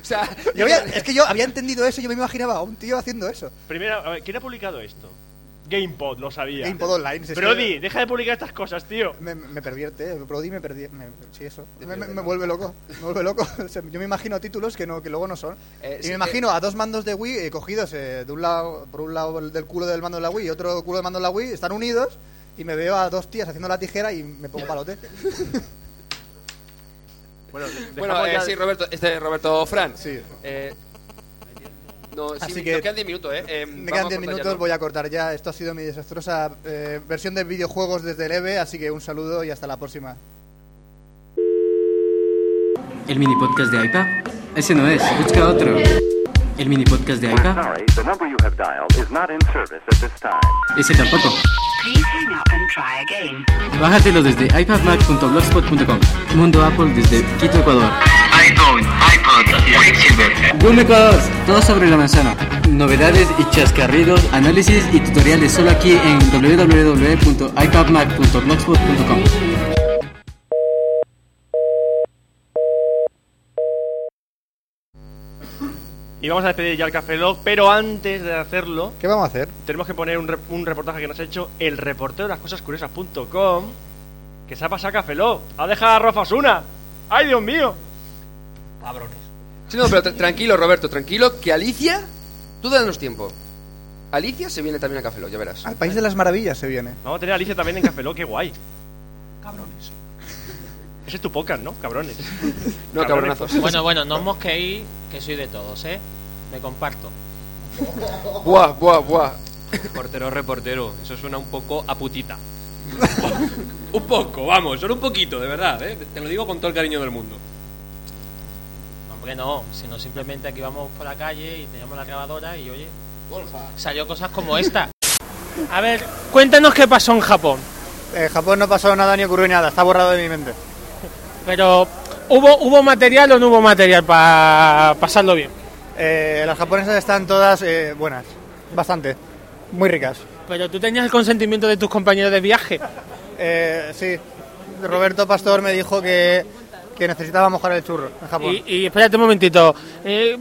[SPEAKER 4] o sea,
[SPEAKER 2] Yo había- es que yo había entendido eso, yo me imaginaba a un tío haciendo eso.
[SPEAKER 1] Primero, a ver, ¿quién ha publicado esto? GamePod, lo sabía.
[SPEAKER 2] GamePod Online. si es que-
[SPEAKER 1] Brody, deja de publicar estas cosas, tío.
[SPEAKER 2] Me, me pervierte, eh. Brody me pervierte. sí, eso. Me, me- me vuelve loco. Me vuelve loco. [laughs] O sea, yo me imagino títulos que, no, que luego no son.
[SPEAKER 4] Eh,
[SPEAKER 2] y
[SPEAKER 4] sí,
[SPEAKER 2] me
[SPEAKER 4] eh.
[SPEAKER 2] imagino a dos mandos de Wii eh, cogidos eh, de un lado, por un lado el del culo del mando de la Wii y otro culo del mando de la Wii, están unidos. Y me veo a dos tías haciendo la tijera y me pongo
[SPEAKER 4] [laughs]
[SPEAKER 2] palote.
[SPEAKER 1] Bueno,
[SPEAKER 4] [laughs] Bueno,
[SPEAKER 1] dejamos
[SPEAKER 4] eh,
[SPEAKER 1] ya-
[SPEAKER 4] sí, Roberto, este, Roberto Fran.
[SPEAKER 2] Sí.
[SPEAKER 4] Eh, no, sí,
[SPEAKER 2] Así
[SPEAKER 4] Así
[SPEAKER 2] que-
[SPEAKER 4] que nos quedan 10 minutos, ¿eh? Eh,
[SPEAKER 2] Me quedan
[SPEAKER 4] vamos
[SPEAKER 2] 10
[SPEAKER 4] a cortar ya,
[SPEAKER 2] minutos,
[SPEAKER 4] ¿no?
[SPEAKER 2] voy a cortar ya. Esto ha sido mi desastrosa eh, versión de videojuegos desde el EVE, así que un saludo y hasta la próxima.
[SPEAKER 10] El mini podcast de iPad. Ese no es, busca otro. El mini podcast de iPad.
[SPEAKER 11] Sorry, the number you have dialed is not in service at this time.
[SPEAKER 10] Ese tampoco. Bájatelo desde iPadMac.blogspot.com. Mundo Apple desde Quito, Ecuador.
[SPEAKER 11] iPhone, iPod, Quicksilver.
[SPEAKER 10] Boom Ecuador, todo sobre la manzana. Novedades y chascarridos, análisis y tutoriales solo aquí en www.iPadMac.blogspot.com.
[SPEAKER 1] Y vamos a despedir ya el Café Log, pero antes de hacerlo,
[SPEAKER 2] ¿Qué vamos a hacer?
[SPEAKER 1] tenemos que poner un, re- un reportaje que nos ha hecho el reportero de las cosas curiosas.com que se ha pasado a Café Log. Ha dejado a Rafa Osuna. ¡Ay, Dios mío!
[SPEAKER 6] Cabrones.
[SPEAKER 4] Sí, no, pero tra- tranquilo, Roberto, tranquilo, que Alicia, tú danos tiempo. Alicia se viene también a Café Lock, ya verás.
[SPEAKER 2] Al país de las maravillas se viene.
[SPEAKER 1] Vamos a tener a Alicia también en Café Lock, qué guay.
[SPEAKER 6] Cabrones.
[SPEAKER 1] Ese es tu podcast, ¿no? Cabrones.
[SPEAKER 4] No, cabronazos.
[SPEAKER 12] Bueno, bueno, no os mosquéis, que soy de todos, ¿eh? Me comparto.
[SPEAKER 4] Buah, buah, buah.
[SPEAKER 8] Portero, reportero. Eso suena un poco a putita. [laughs] un poco, vamos, solo un poquito, de verdad, ¿eh? Te lo digo con todo el cariño del mundo.
[SPEAKER 12] No, Hombre, no, sino simplemente aquí vamos por la calle y teníamos la grabadora y oye, salió cosas como esta. A ver, cuéntanos qué pasó en Japón.
[SPEAKER 2] En Eh, Japón no pasó nada ni ocurrió nada, está borrado de mi mente.
[SPEAKER 12] Pero, ¿hubo, hubo material o no hubo material para pasarlo bien?
[SPEAKER 2] Eh, las japonesas están todas eh, buenas, bastante, muy ricas.
[SPEAKER 12] Pero tú tenías el consentimiento de tus compañeros de viaje.
[SPEAKER 2] Eh, sí, Roberto Pastor me dijo que, que necesitaba mojar el churro en Japón.
[SPEAKER 12] Y, y espérate un momentito. eh,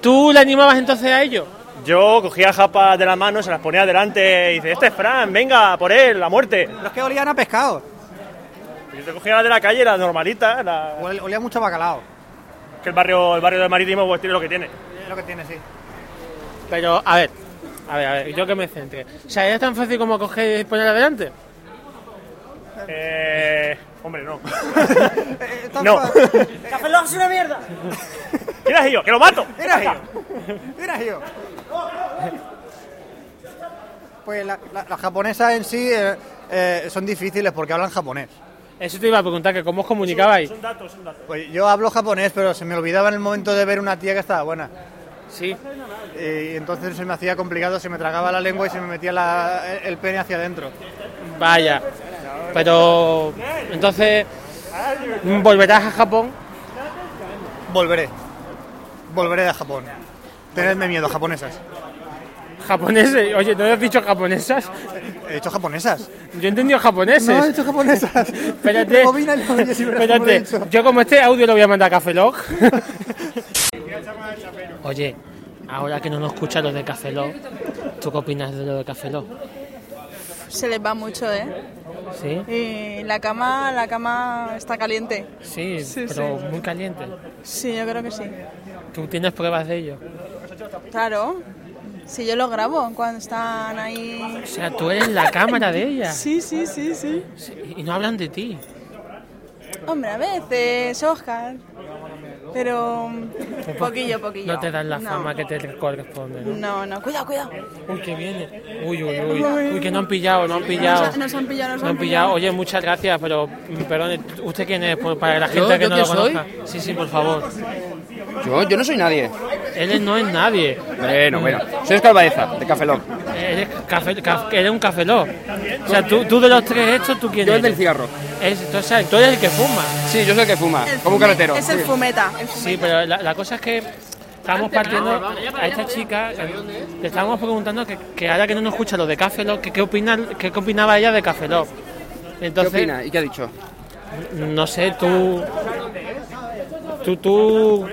[SPEAKER 12] ¿Tú le animabas entonces a ello?
[SPEAKER 1] Yo cogía japas de las manos, se las ponía delante y dice, este es Fran, venga, por él, a muerte.
[SPEAKER 2] Los que olían a pescado.
[SPEAKER 1] Yo te cogía la de la calle, la normalita, la...
[SPEAKER 2] Olía mucho a bacalao.
[SPEAKER 1] que el barrio, el barrio del marítimo pues, tiene lo que tiene.
[SPEAKER 2] Es lo que tiene, sí.
[SPEAKER 12] Pero, a ver, a ver, a ver, yo que me centre. O sea, ¿era tan fácil como coger y poner adelante?
[SPEAKER 1] Eh... Hombre, no.
[SPEAKER 2] eh,
[SPEAKER 12] tan
[SPEAKER 1] no.
[SPEAKER 12] fa-
[SPEAKER 6] ¡Café Lock es una mierda!
[SPEAKER 1] Mira, yo, que lo mato.
[SPEAKER 2] Mira yo, mira yo. Pues la- la- las japonesas en sí eh, eh, son difíciles porque hablan japonés.
[SPEAKER 12] Eso te iba a preguntar, que cómo os comunicabais.
[SPEAKER 1] datos, son datos.
[SPEAKER 2] Pues yo hablo japonés, pero se me olvidaba en el momento de ver una tía que estaba buena.
[SPEAKER 12] Sí.
[SPEAKER 2] Y Eh, entonces se me hacía complicado, se me tragaba la lengua y se me metía la- el pene hacia adentro.
[SPEAKER 12] Vaya. Pero, entonces, ¿volverás a Japón?
[SPEAKER 2] Volveré. Volveré de Japón. Tenedme miedo, japonesas.
[SPEAKER 12] ¿Japoneses? Oye, ¿no has dicho japonesas?
[SPEAKER 2] He dicho japonesas.
[SPEAKER 12] Yo he entendido japoneses.
[SPEAKER 2] No, he dicho japonesas.
[SPEAKER 12] Espérate.
[SPEAKER 2] Rebobina y oye si verás cómo lo he
[SPEAKER 12] Espérate.
[SPEAKER 2] dicho.
[SPEAKER 12] Yo como este audio lo voy a mandar a Café Lock. Oye, ahora que no nos escuchan los de Café Lock, ¿tú qué opinas de lo de Café Lock?
[SPEAKER 13] Se les va mucho, ¿eh?
[SPEAKER 12] ¿Sí?
[SPEAKER 13] Y la cama, la cama está caliente.
[SPEAKER 12] Sí,
[SPEAKER 13] Sí,
[SPEAKER 12] pero
[SPEAKER 13] sí.
[SPEAKER 12] muy caliente.
[SPEAKER 13] Sí, yo creo que sí.
[SPEAKER 12] ¿Tú tienes pruebas de ello?
[SPEAKER 13] Claro. Si yo lo grabo cuando están ahí.
[SPEAKER 12] O sea, tú eres la cámara de
[SPEAKER 13] [laughs]
[SPEAKER 12] ella.
[SPEAKER 13] Sí, sí, sí, sí.
[SPEAKER 12] Y no hablan de ti.
[SPEAKER 13] Hombre, a veces, Oscar. Pero. mm, Poquillo, poquillo.
[SPEAKER 12] No te dan la
[SPEAKER 13] No.
[SPEAKER 12] fama que te corresponde, ¿no?
[SPEAKER 13] No, no, cuidado, cuidado.
[SPEAKER 12] Uy, que viene. Uy, uy, uy. Uy, que no han pillado, no han pillado.
[SPEAKER 13] Nos, nos han pillado, nos
[SPEAKER 12] No han pillado. Oye, muchas gracias, pero mm, perdone, ¿usted quién es? Por- Para la gente
[SPEAKER 4] ¿Yo?
[SPEAKER 12] que
[SPEAKER 4] ¿Yo
[SPEAKER 12] no
[SPEAKER 4] quién
[SPEAKER 12] lo conozca.
[SPEAKER 4] soy?
[SPEAKER 12] Sí, sí, por favor.
[SPEAKER 4] Yo, yo no soy nadie.
[SPEAKER 12] Él no es nadie.
[SPEAKER 4] Bueno, bueno. Soy Oscar Baeza, de Café Lock.
[SPEAKER 12] Eres, café, ca- eres un cafeló. O sea, tú, tú de los tres estos, ¿tú quién
[SPEAKER 4] Yo el
[SPEAKER 12] eres?
[SPEAKER 4] del cigarro.
[SPEAKER 12] Es, tú, o sea, tú eres el que fuma.
[SPEAKER 4] Sí, yo soy el que fuma, como un carretero.
[SPEAKER 13] Es el
[SPEAKER 4] Sí.
[SPEAKER 13] fumeta. el
[SPEAKER 12] Sí, pero la, la cosa es que estamos partiendo a esta chica, le estábamos preguntando que, que ahora que no nos escucha lo de Café Lock, que qué opina, que qué opinaba ella de Café Lock.
[SPEAKER 4] ¿Qué
[SPEAKER 12] Entonces,
[SPEAKER 4] opina? ¿Y qué ha dicho?
[SPEAKER 12] no sé, tú, tú, tú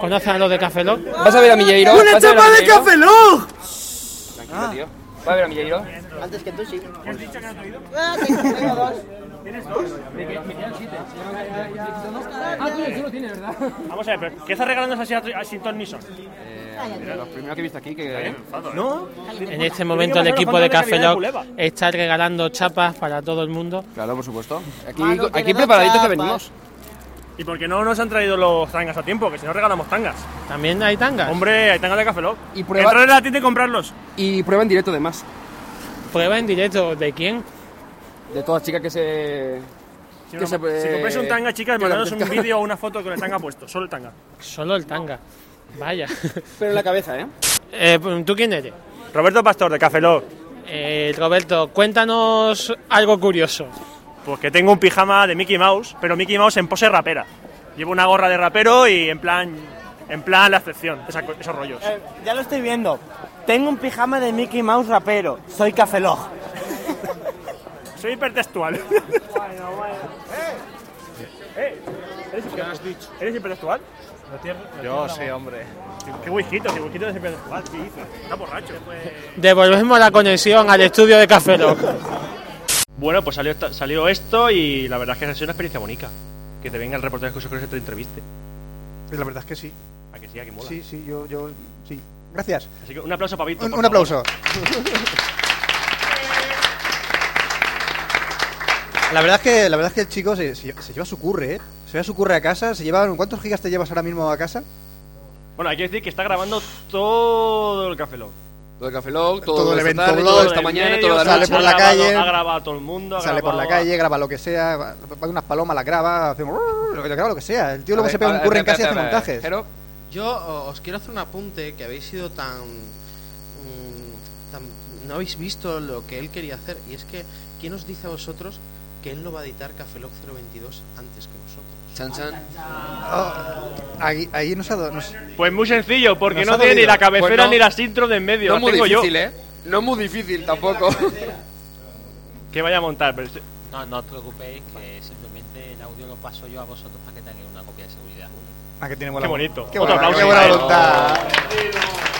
[SPEAKER 12] conoces a los de Café Lock.
[SPEAKER 4] ¿Vas a ver a Milleiro?
[SPEAKER 12] ¡Una
[SPEAKER 4] ¿Vas a ver a
[SPEAKER 12] chapa de
[SPEAKER 4] Milleiro?
[SPEAKER 12] Café
[SPEAKER 4] Tranquilo, tío. ¿Vas a ver a Milleiro?
[SPEAKER 6] Ah. Antes que tú sí. Ah, ¿Has dicho que no has oído?
[SPEAKER 4] tengo dos.
[SPEAKER 6] ¿Tienes dos? Me quedan siete.
[SPEAKER 1] Ah, tú sí lo
[SPEAKER 6] tienes, ¿verdad?
[SPEAKER 1] Vamos a ver, pero ¿qué estás regalando así a, tu- a Sinton ¿Eh? Nison?
[SPEAKER 4] Eh,
[SPEAKER 9] Mira, los primeros que he visto aquí que...
[SPEAKER 1] No.
[SPEAKER 12] En este momento el equipo de Café Lock está regalando chapas para todo el mundo.
[SPEAKER 4] Claro, por supuesto. Aquí,
[SPEAKER 1] Manu,
[SPEAKER 4] aquí
[SPEAKER 1] quiero dos
[SPEAKER 4] preparaditos que
[SPEAKER 1] chapas.
[SPEAKER 4] venimos.
[SPEAKER 1] ¿Y por qué no nos han traído los tangas a tiempo? Que si no regalamos tangas.
[SPEAKER 12] ¿También hay tangas?
[SPEAKER 1] Hombre, hay tangas de Café Lock.
[SPEAKER 4] Y prueba-
[SPEAKER 1] Entrar en la tienda y comprarlos.
[SPEAKER 4] Y prueba en directo, además.
[SPEAKER 12] Prueba en directo. ¿De quién?
[SPEAKER 4] De toda chica que se...
[SPEAKER 1] Si,
[SPEAKER 4] que
[SPEAKER 1] no,
[SPEAKER 4] se-
[SPEAKER 1] si compráis un tanga, chicas,
[SPEAKER 4] que le
[SPEAKER 1] mandaros un
[SPEAKER 4] apetezca.
[SPEAKER 1] vídeo o una foto con el tanga puesto. Solo el tanga.
[SPEAKER 12] Solo el tanga. Vaya. [laughs]
[SPEAKER 4] Pero en la cabeza, ¿eh?
[SPEAKER 12] Eh, ¿Tú quién eres?
[SPEAKER 1] Roberto Pastor, de Café Lock.
[SPEAKER 12] Eh, Roberto, cuéntanos algo curioso.
[SPEAKER 1] Pues que tengo un pijama de Mickey Mouse, pero Mickey Mouse en pose rapera. Llevo una gorra de rapero y en plan, en plan la excepción, esa co- esos rollos.
[SPEAKER 6] Eh, Ya lo estoy viendo. Tengo un pijama de Mickey Mouse rapero. Soy Café Lock.
[SPEAKER 1] Soy hipertextual. [laughs] bueno, bueno. ¡Eh! ¿Eres hipertextual? ¿Eres hipertextual?
[SPEAKER 2] Yo sí, hombre.
[SPEAKER 1] Qué guijito, qué guijito es hipertextual. ¿Qué dices? Está borracho.
[SPEAKER 2] Pues,
[SPEAKER 12] Devolvemos la conexión al estudio de Café Lock.
[SPEAKER 1] Bueno, pues salió, esta- salió esto y la verdad es que ha sido una experiencia bonita. que te venga el reportero de José José y te entreviste.
[SPEAKER 2] La verdad es que sí.
[SPEAKER 1] ¿A que sí? ¿A que mola?
[SPEAKER 2] Sí, sí, yo, yo, sí. Gracias.
[SPEAKER 1] Así que un aplauso para Víctor.
[SPEAKER 2] Un,
[SPEAKER 1] por
[SPEAKER 2] un
[SPEAKER 1] favor.
[SPEAKER 2] aplauso. La verdad es que, la verdad es que el chico se, se lle- se lleva su curre, ¿eh? Se lleva su curre a casa, se lleva... ¿Cuántos gigas te llevas ahora mismo a casa?
[SPEAKER 1] Bueno, hay que decir que está grabando todo el Café Lock.
[SPEAKER 4] Todo el Café Lock, todo,
[SPEAKER 2] Todo el
[SPEAKER 4] esta
[SPEAKER 2] evento
[SPEAKER 4] tarde,
[SPEAKER 2] blog,
[SPEAKER 4] toda esta
[SPEAKER 2] del
[SPEAKER 4] mañana,
[SPEAKER 2] medio,
[SPEAKER 4] toda la
[SPEAKER 2] sale
[SPEAKER 4] noche.
[SPEAKER 2] por la
[SPEAKER 1] Ha grabado-
[SPEAKER 2] calle.
[SPEAKER 1] Ha grabado a todo el mundo. ha
[SPEAKER 2] Sale por la
[SPEAKER 1] grabado a-
[SPEAKER 2] calle, graba lo que sea, va- va unas palomas, la graba, hace... lo que- Graba lo que sea. El tío luego
[SPEAKER 4] A
[SPEAKER 2] se
[SPEAKER 4] ver,
[SPEAKER 2] pega un
[SPEAKER 4] a-
[SPEAKER 2] curre en
[SPEAKER 4] espera,
[SPEAKER 2] casa y hace
[SPEAKER 4] espera,
[SPEAKER 2] montajes.
[SPEAKER 4] espera, Jero.
[SPEAKER 14] Yo o- os quiero hacer un apunte que habéis sido tan, mm, tan- No habéis visto lo que él quería hacer. Y es que, ¿quién os dice a vosotros que él no va a editar Café Lock 022 antes que vosotros?
[SPEAKER 4] Chan, chan.
[SPEAKER 2] Oh, Ahí, ahí nos ha dado... nos-
[SPEAKER 1] Pues muy sencillo, porque
[SPEAKER 2] Nos
[SPEAKER 1] no
[SPEAKER 2] ha
[SPEAKER 1] tiene ni
[SPEAKER 2] dolido.
[SPEAKER 1] la cabecera
[SPEAKER 2] Pues no.
[SPEAKER 1] ni las intros de en medio.
[SPEAKER 4] No
[SPEAKER 1] las
[SPEAKER 4] muy
[SPEAKER 1] tengo
[SPEAKER 4] difícil,
[SPEAKER 1] yo.
[SPEAKER 4] ¿eh? No es muy difícil tampoco. [laughs]
[SPEAKER 2] ¿eh?
[SPEAKER 1] Que vaya a montar. Pero... se-
[SPEAKER 12] No, no os preocupéis, que simplemente el audio lo paso yo a vosotros para que tengáis una copia de seguridad.
[SPEAKER 2] Ah, que tiene
[SPEAKER 1] Qué bonito.
[SPEAKER 2] Qué
[SPEAKER 1] Otro
[SPEAKER 2] buena,
[SPEAKER 1] aplauso.
[SPEAKER 2] qué buena voluntad.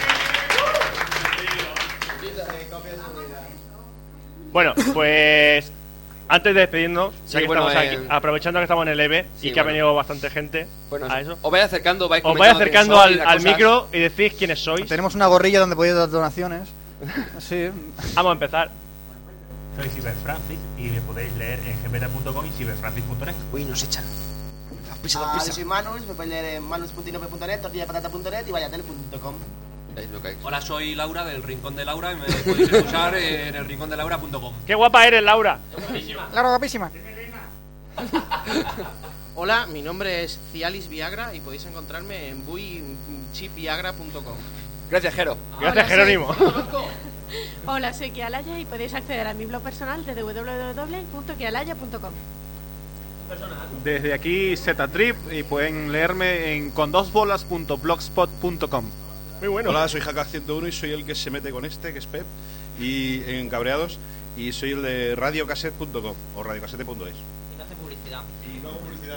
[SPEAKER 2] [laughs]
[SPEAKER 1] Bueno, pues antes de despedirnos,
[SPEAKER 4] Sí,
[SPEAKER 1] ya que
[SPEAKER 4] bueno,
[SPEAKER 1] estamos
[SPEAKER 4] eh,
[SPEAKER 1] aquí, aprovechando que estamos en el EVE
[SPEAKER 4] sí,
[SPEAKER 1] y que ha
[SPEAKER 4] bueno.
[SPEAKER 1] venido bastante gente a eso,
[SPEAKER 4] Os vais acercando, vais
[SPEAKER 1] os vais
[SPEAKER 4] comentando quiénes
[SPEAKER 1] acercando
[SPEAKER 4] sois,
[SPEAKER 1] al,
[SPEAKER 4] las
[SPEAKER 1] al
[SPEAKER 4] cosas.
[SPEAKER 1] micro y decís quiénes sois.
[SPEAKER 2] Tenemos una gorrilla donde podéis dar donaciones. Sí.
[SPEAKER 1] Vamos a empezar.
[SPEAKER 15] Soy Ciberfrancis y me podéis leer en gpeta.com y ciberfrancis.net.
[SPEAKER 14] Uy, nos echan.
[SPEAKER 16] Ah, yo soy Manus, me pueden leer en manus.inope.net, tortillapatata.net y vayatel.com.
[SPEAKER 8] Hola, soy Laura del Rincón de Laura y me podéis escuchar en el rincondelaura.com.
[SPEAKER 1] ¡Qué guapa eres, Laura!
[SPEAKER 2] Claro, guapísima.
[SPEAKER 14] Hola, mi nombre es Cialis Viagra y podéis encontrarme en buychipviagra.com.
[SPEAKER 4] Gracias, Jero.
[SPEAKER 1] Gracias, Jerónimo. [laughs]
[SPEAKER 17] Hola, soy Kialaya y podéis acceder a mi blog personal desde www.kialaya.com.
[SPEAKER 18] Desde aquí Ztrip y pueden leerme en condosbolas.blogspot.com.
[SPEAKER 1] Muy bueno.
[SPEAKER 19] Hola, soy Haka 101 y soy el que se mete con este, que es Pep, y en Cabreados, y soy el de radiocassette.com o radiocasete.es.
[SPEAKER 20] Y no hace publicidad.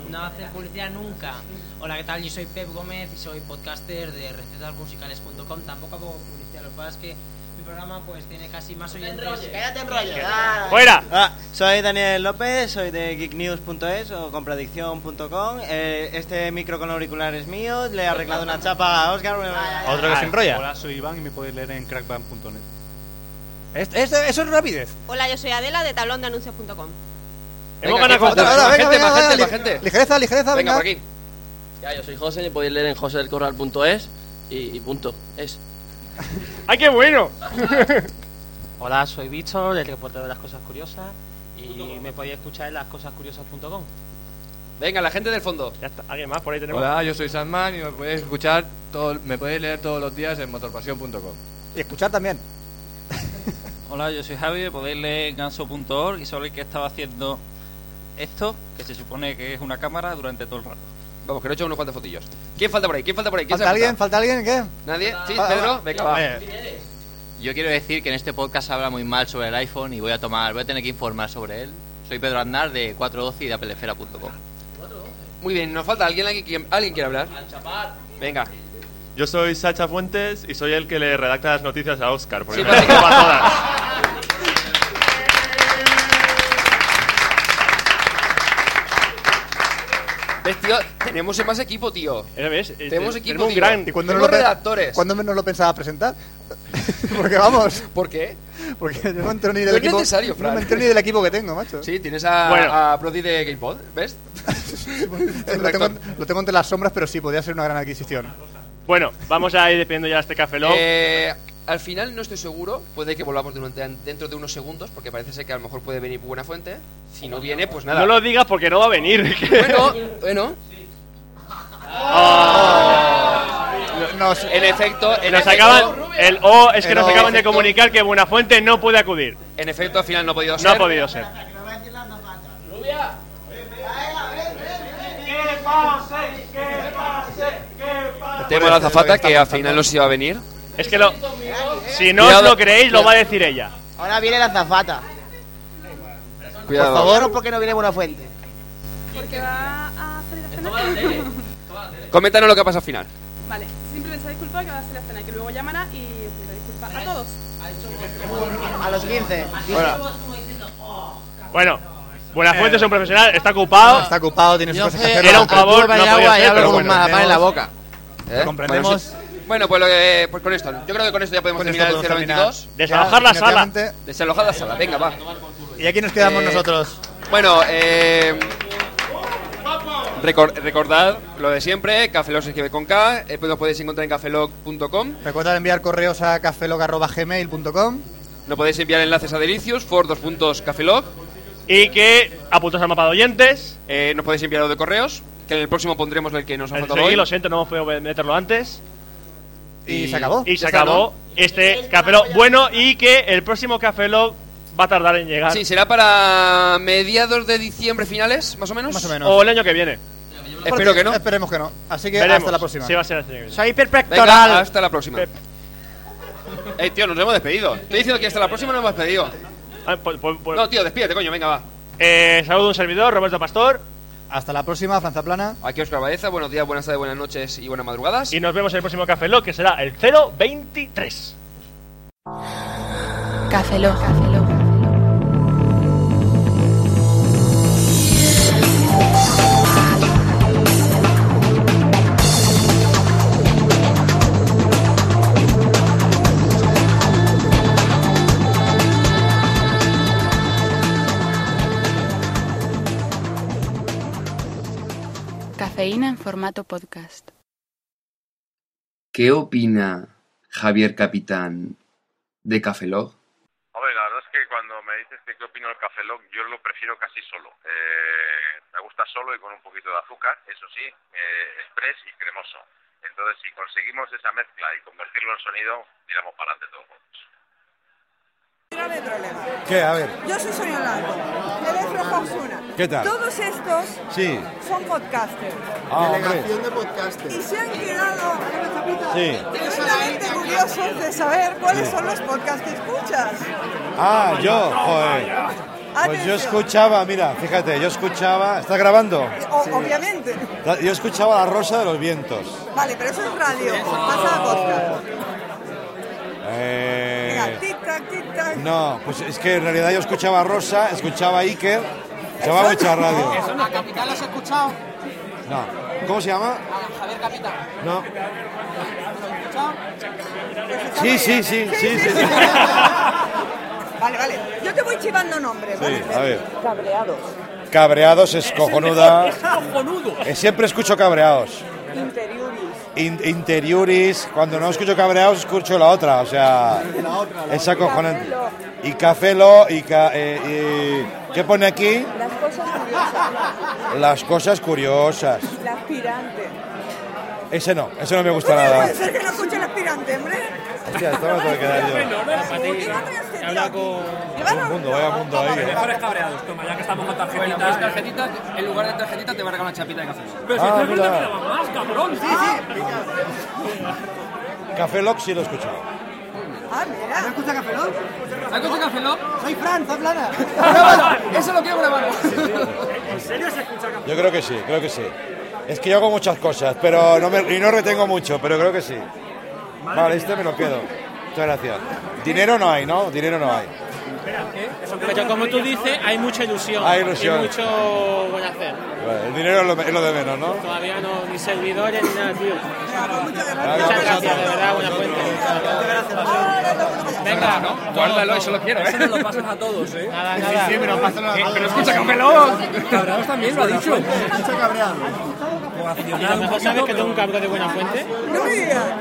[SPEAKER 20] No hace publicidad nunca. Hola, ¿qué tal? Yo soy Pep Gómez y soy podcaster de recetasmusicales.com. Tampoco hago publicidad, lo que pasa es que mi programa pues tiene casi más oyentes.
[SPEAKER 16] enrolles, cállate, enrolles, ah.
[SPEAKER 1] ¡Fuera!
[SPEAKER 21] soy Daniel López, soy de geeknews.es o compradicción.com. Eh, este micro con auricular es mío, le he arreglado una chapa a Oscar.
[SPEAKER 1] Ah,
[SPEAKER 18] Otro que se enrolla. Hola,
[SPEAKER 21] soy Iván y me podéis leer en crackband.net.
[SPEAKER 2] eso es rapidez.
[SPEAKER 22] Hola, yo soy Adela de tablondeanuncios.com.
[SPEAKER 1] Hemos
[SPEAKER 2] Venga,
[SPEAKER 1] ganado con
[SPEAKER 2] otra,
[SPEAKER 1] todo.
[SPEAKER 2] otra,
[SPEAKER 1] Más
[SPEAKER 2] venga,
[SPEAKER 1] gente,
[SPEAKER 2] venga,
[SPEAKER 1] más gente,
[SPEAKER 2] venga,
[SPEAKER 1] más gente.
[SPEAKER 2] Ligereza, ligereza, venga.
[SPEAKER 1] por aquí.
[SPEAKER 23] Ya, yo soy José, me podéis leer en josedelcorral.es y, y punto. Es.
[SPEAKER 1] ¡Ay, qué bueno!
[SPEAKER 12] Hola, soy Víctor, el reportero de las cosas curiosas y me podéis escuchar en lascosascuriosas.com.
[SPEAKER 4] Venga, la gente del fondo.
[SPEAKER 1] Ya está, alguien más por ahí tenemos.
[SPEAKER 24] Hola, yo soy Sandman y me podéis escuchar, todo, me podéis leer todos los días en motorpasión.com.
[SPEAKER 2] Y escuchar también.
[SPEAKER 25] Hola, yo soy Javi, podéis leer ganso.org y sobre que estaba haciendo esto, que se supone que es una cámara durante todo el rato.
[SPEAKER 4] Vamos, que no he hecho unos cuantos fotillos. ¿Quién falta por ahí? ¿Quién falta por ahí? ¿Quién se
[SPEAKER 2] ¿Falta
[SPEAKER 4] apunta?
[SPEAKER 2] alguien? ¿Falta alguien? ¿Qué?
[SPEAKER 4] ¿Nadie? Sí,
[SPEAKER 2] Ah,
[SPEAKER 4] Pedro,
[SPEAKER 2] ah,
[SPEAKER 4] venga, va.
[SPEAKER 1] Eh,
[SPEAKER 26] Yo quiero decir que en este podcast se habla muy mal sobre el iPhone y voy a tomar, voy a tener que informar sobre él. Soy Pedro Aznar de 412 y de apelefera.com.
[SPEAKER 4] Muy bien, nos falta alguien, alguien, que- alguien quiere hablar. Venga.
[SPEAKER 27] Yo soy Sacha Fuentes y soy el que le redacta las noticias a Oscar. Porque
[SPEAKER 4] Sí,
[SPEAKER 27] me las
[SPEAKER 4] porque-
[SPEAKER 27] roba todas.
[SPEAKER 4] ¿Ves, tío? Tenemos más equipo, tío.
[SPEAKER 1] ¿Eh,
[SPEAKER 4] Tenemos equipo, tío.
[SPEAKER 2] ¿Y cuándo no
[SPEAKER 4] Tenemos
[SPEAKER 2] lo pe-
[SPEAKER 4] redactores.
[SPEAKER 2] ¿Cuándo no lo pensaba presentar? [laughs] Porque vamos.
[SPEAKER 4] ¿Por qué?
[SPEAKER 2] Porque yo no entero ni del
[SPEAKER 4] No es
[SPEAKER 2] equipo.
[SPEAKER 4] necesario, Fran.
[SPEAKER 2] No me entero ni del equipo que tengo, macho.
[SPEAKER 4] Sí, tienes a,
[SPEAKER 2] Bueno.
[SPEAKER 4] a Prodi de GamePod, ¿ves?
[SPEAKER 2] lo, tengo, lo tengo entre las sombras, pero sí, podría ser una gran adquisición.
[SPEAKER 1] Bueno, vamos a ir despidiendo ya este Café Lock.
[SPEAKER 4] Eh, al final no estoy seguro, puede que volvamos durante- dentro de unos segundos, porque parece ser que a lo mejor puede venir Buena Fuente. Si no viene, pues nada.
[SPEAKER 1] No lo digas porque no va a venir. [laughs]
[SPEAKER 4] Bueno, bueno.
[SPEAKER 2] Nos-
[SPEAKER 4] en efecto, en
[SPEAKER 1] Nos
[SPEAKER 4] efecto,
[SPEAKER 1] acaban, el O es que nos acaban de
[SPEAKER 4] efecto-
[SPEAKER 1] comunicar que Buenafuente no puede acudir.
[SPEAKER 4] En efecto, al final no ha podido ser.
[SPEAKER 1] No ha podido ser.
[SPEAKER 11] ¡Que pase! ¡Que pase! ¡Que pase!
[SPEAKER 4] Tenemos a la azafata que al final no se iba a venir.
[SPEAKER 1] Es que lo, si no os
[SPEAKER 4] Cuidado.
[SPEAKER 1] lo creéis, lo va a decir ella.
[SPEAKER 16] Ahora viene la zafata.
[SPEAKER 4] Cuidado.
[SPEAKER 16] Por favor, ¿por qué no viene Buena Fuente?
[SPEAKER 28] Porque va a salir a
[SPEAKER 4] tele.
[SPEAKER 26] [laughs]
[SPEAKER 28] cenar.
[SPEAKER 4] Coméntanos lo que pasa al final.
[SPEAKER 28] vale, simplemente se disculpa que va a salir a cenar y que luego llamará y pedirá disculpas a todos.
[SPEAKER 16] A los 15.
[SPEAKER 1] Bueno, Buenafuente es un profesional, está ocupado.
[SPEAKER 29] Está ocupado, tiene sus
[SPEAKER 1] Yo
[SPEAKER 29] cosas que
[SPEAKER 1] sé,
[SPEAKER 29] hacer.
[SPEAKER 1] era un favor, no podía ser, pero bueno.
[SPEAKER 4] en la boca.
[SPEAKER 29] ¿Eh? Comprendemos.
[SPEAKER 4] Bueno, pues, lo que- pues con esto. Yo creo que con esto ya podemos
[SPEAKER 29] Con esto
[SPEAKER 4] terminar
[SPEAKER 29] podemos
[SPEAKER 4] el
[SPEAKER 29] terminar.
[SPEAKER 4] 022.
[SPEAKER 29] Desalojar la sala.
[SPEAKER 4] Desalojar la sala, venga, va.
[SPEAKER 29] Y aquí nos quedamos
[SPEAKER 4] Eh,
[SPEAKER 29] nosotros.
[SPEAKER 4] Bueno, eh, recor- recordad lo de siempre, Cafelog se escribe con K, eh, pues nos podéis encontrar en cafelog.com,
[SPEAKER 29] Recuerda enviar correos a cafelog.gmail.com.
[SPEAKER 4] nos podéis enviar enlaces a delicios, for dos puntos cafelog.
[SPEAKER 1] Y que apuntaos al mapa de oyentes.
[SPEAKER 4] eh, nos podéis enviar lo de correos, que en el próximo pondremos el que nos ha faltado
[SPEAKER 1] Sí,
[SPEAKER 4] hoy.
[SPEAKER 1] lo siento, no hemos podido meterlo antes.
[SPEAKER 4] Y se acabó.
[SPEAKER 1] Y se
[SPEAKER 4] Ya está,
[SPEAKER 1] acabó este Café Lock. Bueno, y que el próximo Café Lock va a tardar en
[SPEAKER 29] Ah.
[SPEAKER 1] llegar.
[SPEAKER 4] Sí, será para mediados de diciembre finales, más o menos.
[SPEAKER 29] Más o menos.
[SPEAKER 1] O el año que viene.
[SPEAKER 4] Espero que no.
[SPEAKER 29] Esperemos que no. Así que
[SPEAKER 4] Veremos.
[SPEAKER 29] hasta la próxima.
[SPEAKER 4] Sí, va a
[SPEAKER 1] ser el año que viene.
[SPEAKER 4] Soy hiperpectoral. Venga, hasta la próxima. Eh, tío, nos hemos despedido. Estoy diciendo que hasta la próxima nos hemos despedido. No, tío, despídete, coño, venga, va.
[SPEAKER 1] Eh, saludo a un servidor, Roberto Pastor.
[SPEAKER 29] Hasta la próxima, Franza Plana.
[SPEAKER 4] Aquí Oscar Baeza, buenos días, buenas tardes, buenas noches y buenas madrugadas.
[SPEAKER 1] Y nos vemos en el próximo Café Lock, que será el 023.
[SPEAKER 5] Café Lock. Cafeína en formato podcast.
[SPEAKER 4] ¿Qué opina Javier Capitán de Cafelog?
[SPEAKER 7] Hombre, la verdad es que cuando me dices que qué opino del café Lock, yo lo prefiero casi solo. Eh, me gusta solo y con un poquito de azúcar, eso sí, eh, express y cremoso. Entonces, si conseguimos esa mezcla y convertirlo en sonido, tiramos para adelante todo.
[SPEAKER 2] ¿Qué? A ver.
[SPEAKER 12] Yo soy Sonia Blanco, él es Rojo Osuna.
[SPEAKER 2] ¿Qué tal?
[SPEAKER 12] Todos estos
[SPEAKER 2] Sí.
[SPEAKER 12] son podcasters.
[SPEAKER 2] Ah, Delegación
[SPEAKER 12] de podcasters. Y se han quedado
[SPEAKER 2] Sí.
[SPEAKER 12] tremendamente curiosos de saber cuáles son los podcasts que escuchas.
[SPEAKER 2] Ah, yo, joder. Pues yo escuchaba, mira, fíjate, yo escuchaba. ¿Estás grabando?
[SPEAKER 12] O- Obviamente.
[SPEAKER 2] Yo escuchaba La Rosa de los Vientos.
[SPEAKER 12] Vale, pero eso es radio, pasa a podcast.
[SPEAKER 2] Eh,
[SPEAKER 12] Tic-tac, tic-tac.
[SPEAKER 2] no, pues es que en realidad yo escuchaba a Rosa, escuchaba a Iker, escuchaba mucha radio.
[SPEAKER 12] Eso no. ¿A Capital has escuchado?
[SPEAKER 2] No. ¿Cómo se llama?
[SPEAKER 12] Javier Capital.
[SPEAKER 2] No.
[SPEAKER 12] escuchado?
[SPEAKER 2] Sí, sí, sí, sí, sí. [laughs] sí.
[SPEAKER 12] Vale, vale. Yo te voy chivando nombres,
[SPEAKER 2] Sí,
[SPEAKER 12] ¿vale?
[SPEAKER 2] a ver.
[SPEAKER 12] Cabreados.
[SPEAKER 2] Cabreados es cojonuda.
[SPEAKER 12] Es cojonudo.
[SPEAKER 2] Eh, Siempre escucho cabreados.
[SPEAKER 12] Interioris.
[SPEAKER 2] In- interiuris, cuando no escucho cabreados, escucho la otra, o sea,
[SPEAKER 12] La otra, la
[SPEAKER 2] es
[SPEAKER 12] otra.
[SPEAKER 2] acojonante.
[SPEAKER 12] Café
[SPEAKER 2] Y Café Lo, y, ca- eh, y- ¿qué pone aquí?
[SPEAKER 12] Las cosas curiosas.
[SPEAKER 2] Las cosas curiosas.
[SPEAKER 12] El aspirante.
[SPEAKER 2] Ese no, ese no me gusta
[SPEAKER 12] ¿Cómo
[SPEAKER 2] nada.
[SPEAKER 12] puede ser que no escuche el aspirante, hombre? este
[SPEAKER 2] Hostia, esto me lo tengo que quedar yo.
[SPEAKER 12] Habla con...
[SPEAKER 2] Vaya mundo, vaya mundo ahí. eh.
[SPEAKER 30] cabreados, toma, ya que estamos con
[SPEAKER 4] Bueno, pues tarjetitas, en lugar de tarjetita te va a regalar una chapita de café.
[SPEAKER 2] si Ah, esto es verdad. una
[SPEAKER 30] más, cabrón. Sí, sí.
[SPEAKER 2] Café Lock sí lo he escuchado.
[SPEAKER 12] Ah, mira. ¿No escucha Café Lock?
[SPEAKER 4] ¿Has escuchado Café Lock?
[SPEAKER 12] Soy Fran, soy plana.
[SPEAKER 4] Eso lo quiero grabar.
[SPEAKER 12] ¿En serio se escucha Café
[SPEAKER 2] Yo creo que sí, creo que sí. Es que yo hago muchas cosas, pero no me, y no retengo mucho, pero creo que sí. Vale, este me lo quedo. Muchas gracias. Dinero no hay, ¿no? Dinero no hay.
[SPEAKER 31] Pero como tú dices, hay mucha ilusión.
[SPEAKER 2] Hay ilusión.
[SPEAKER 31] Y mucho buen hacer.
[SPEAKER 2] Vale, el dinero es lo, es lo de menos, ¿no?
[SPEAKER 31] Todavía no, ni servidores ni nada, tío.
[SPEAKER 12] pues,
[SPEAKER 2] Venga,
[SPEAKER 31] Muchas gracias, de verdad, buena fuente. Venga, ¿no?
[SPEAKER 4] Guárdalo, eso lo quiero, ¿eh?
[SPEAKER 30] Eso nos lo pasas a todos, ¿eh?
[SPEAKER 31] Nada, nada.
[SPEAKER 30] Sí, sí, pero pásalo a
[SPEAKER 4] Eh,
[SPEAKER 30] todos.
[SPEAKER 4] pero escucha, cabrón.
[SPEAKER 30] Cabreados también, lo ha dicho.
[SPEAKER 12] Escucha cabreado.
[SPEAKER 30] Coaccionado
[SPEAKER 31] Y a lo
[SPEAKER 30] un
[SPEAKER 31] mejor
[SPEAKER 30] poquito,
[SPEAKER 31] sabes que
[SPEAKER 30] pero-
[SPEAKER 31] tengo un cabrón de buena fuente.
[SPEAKER 12] No me digas.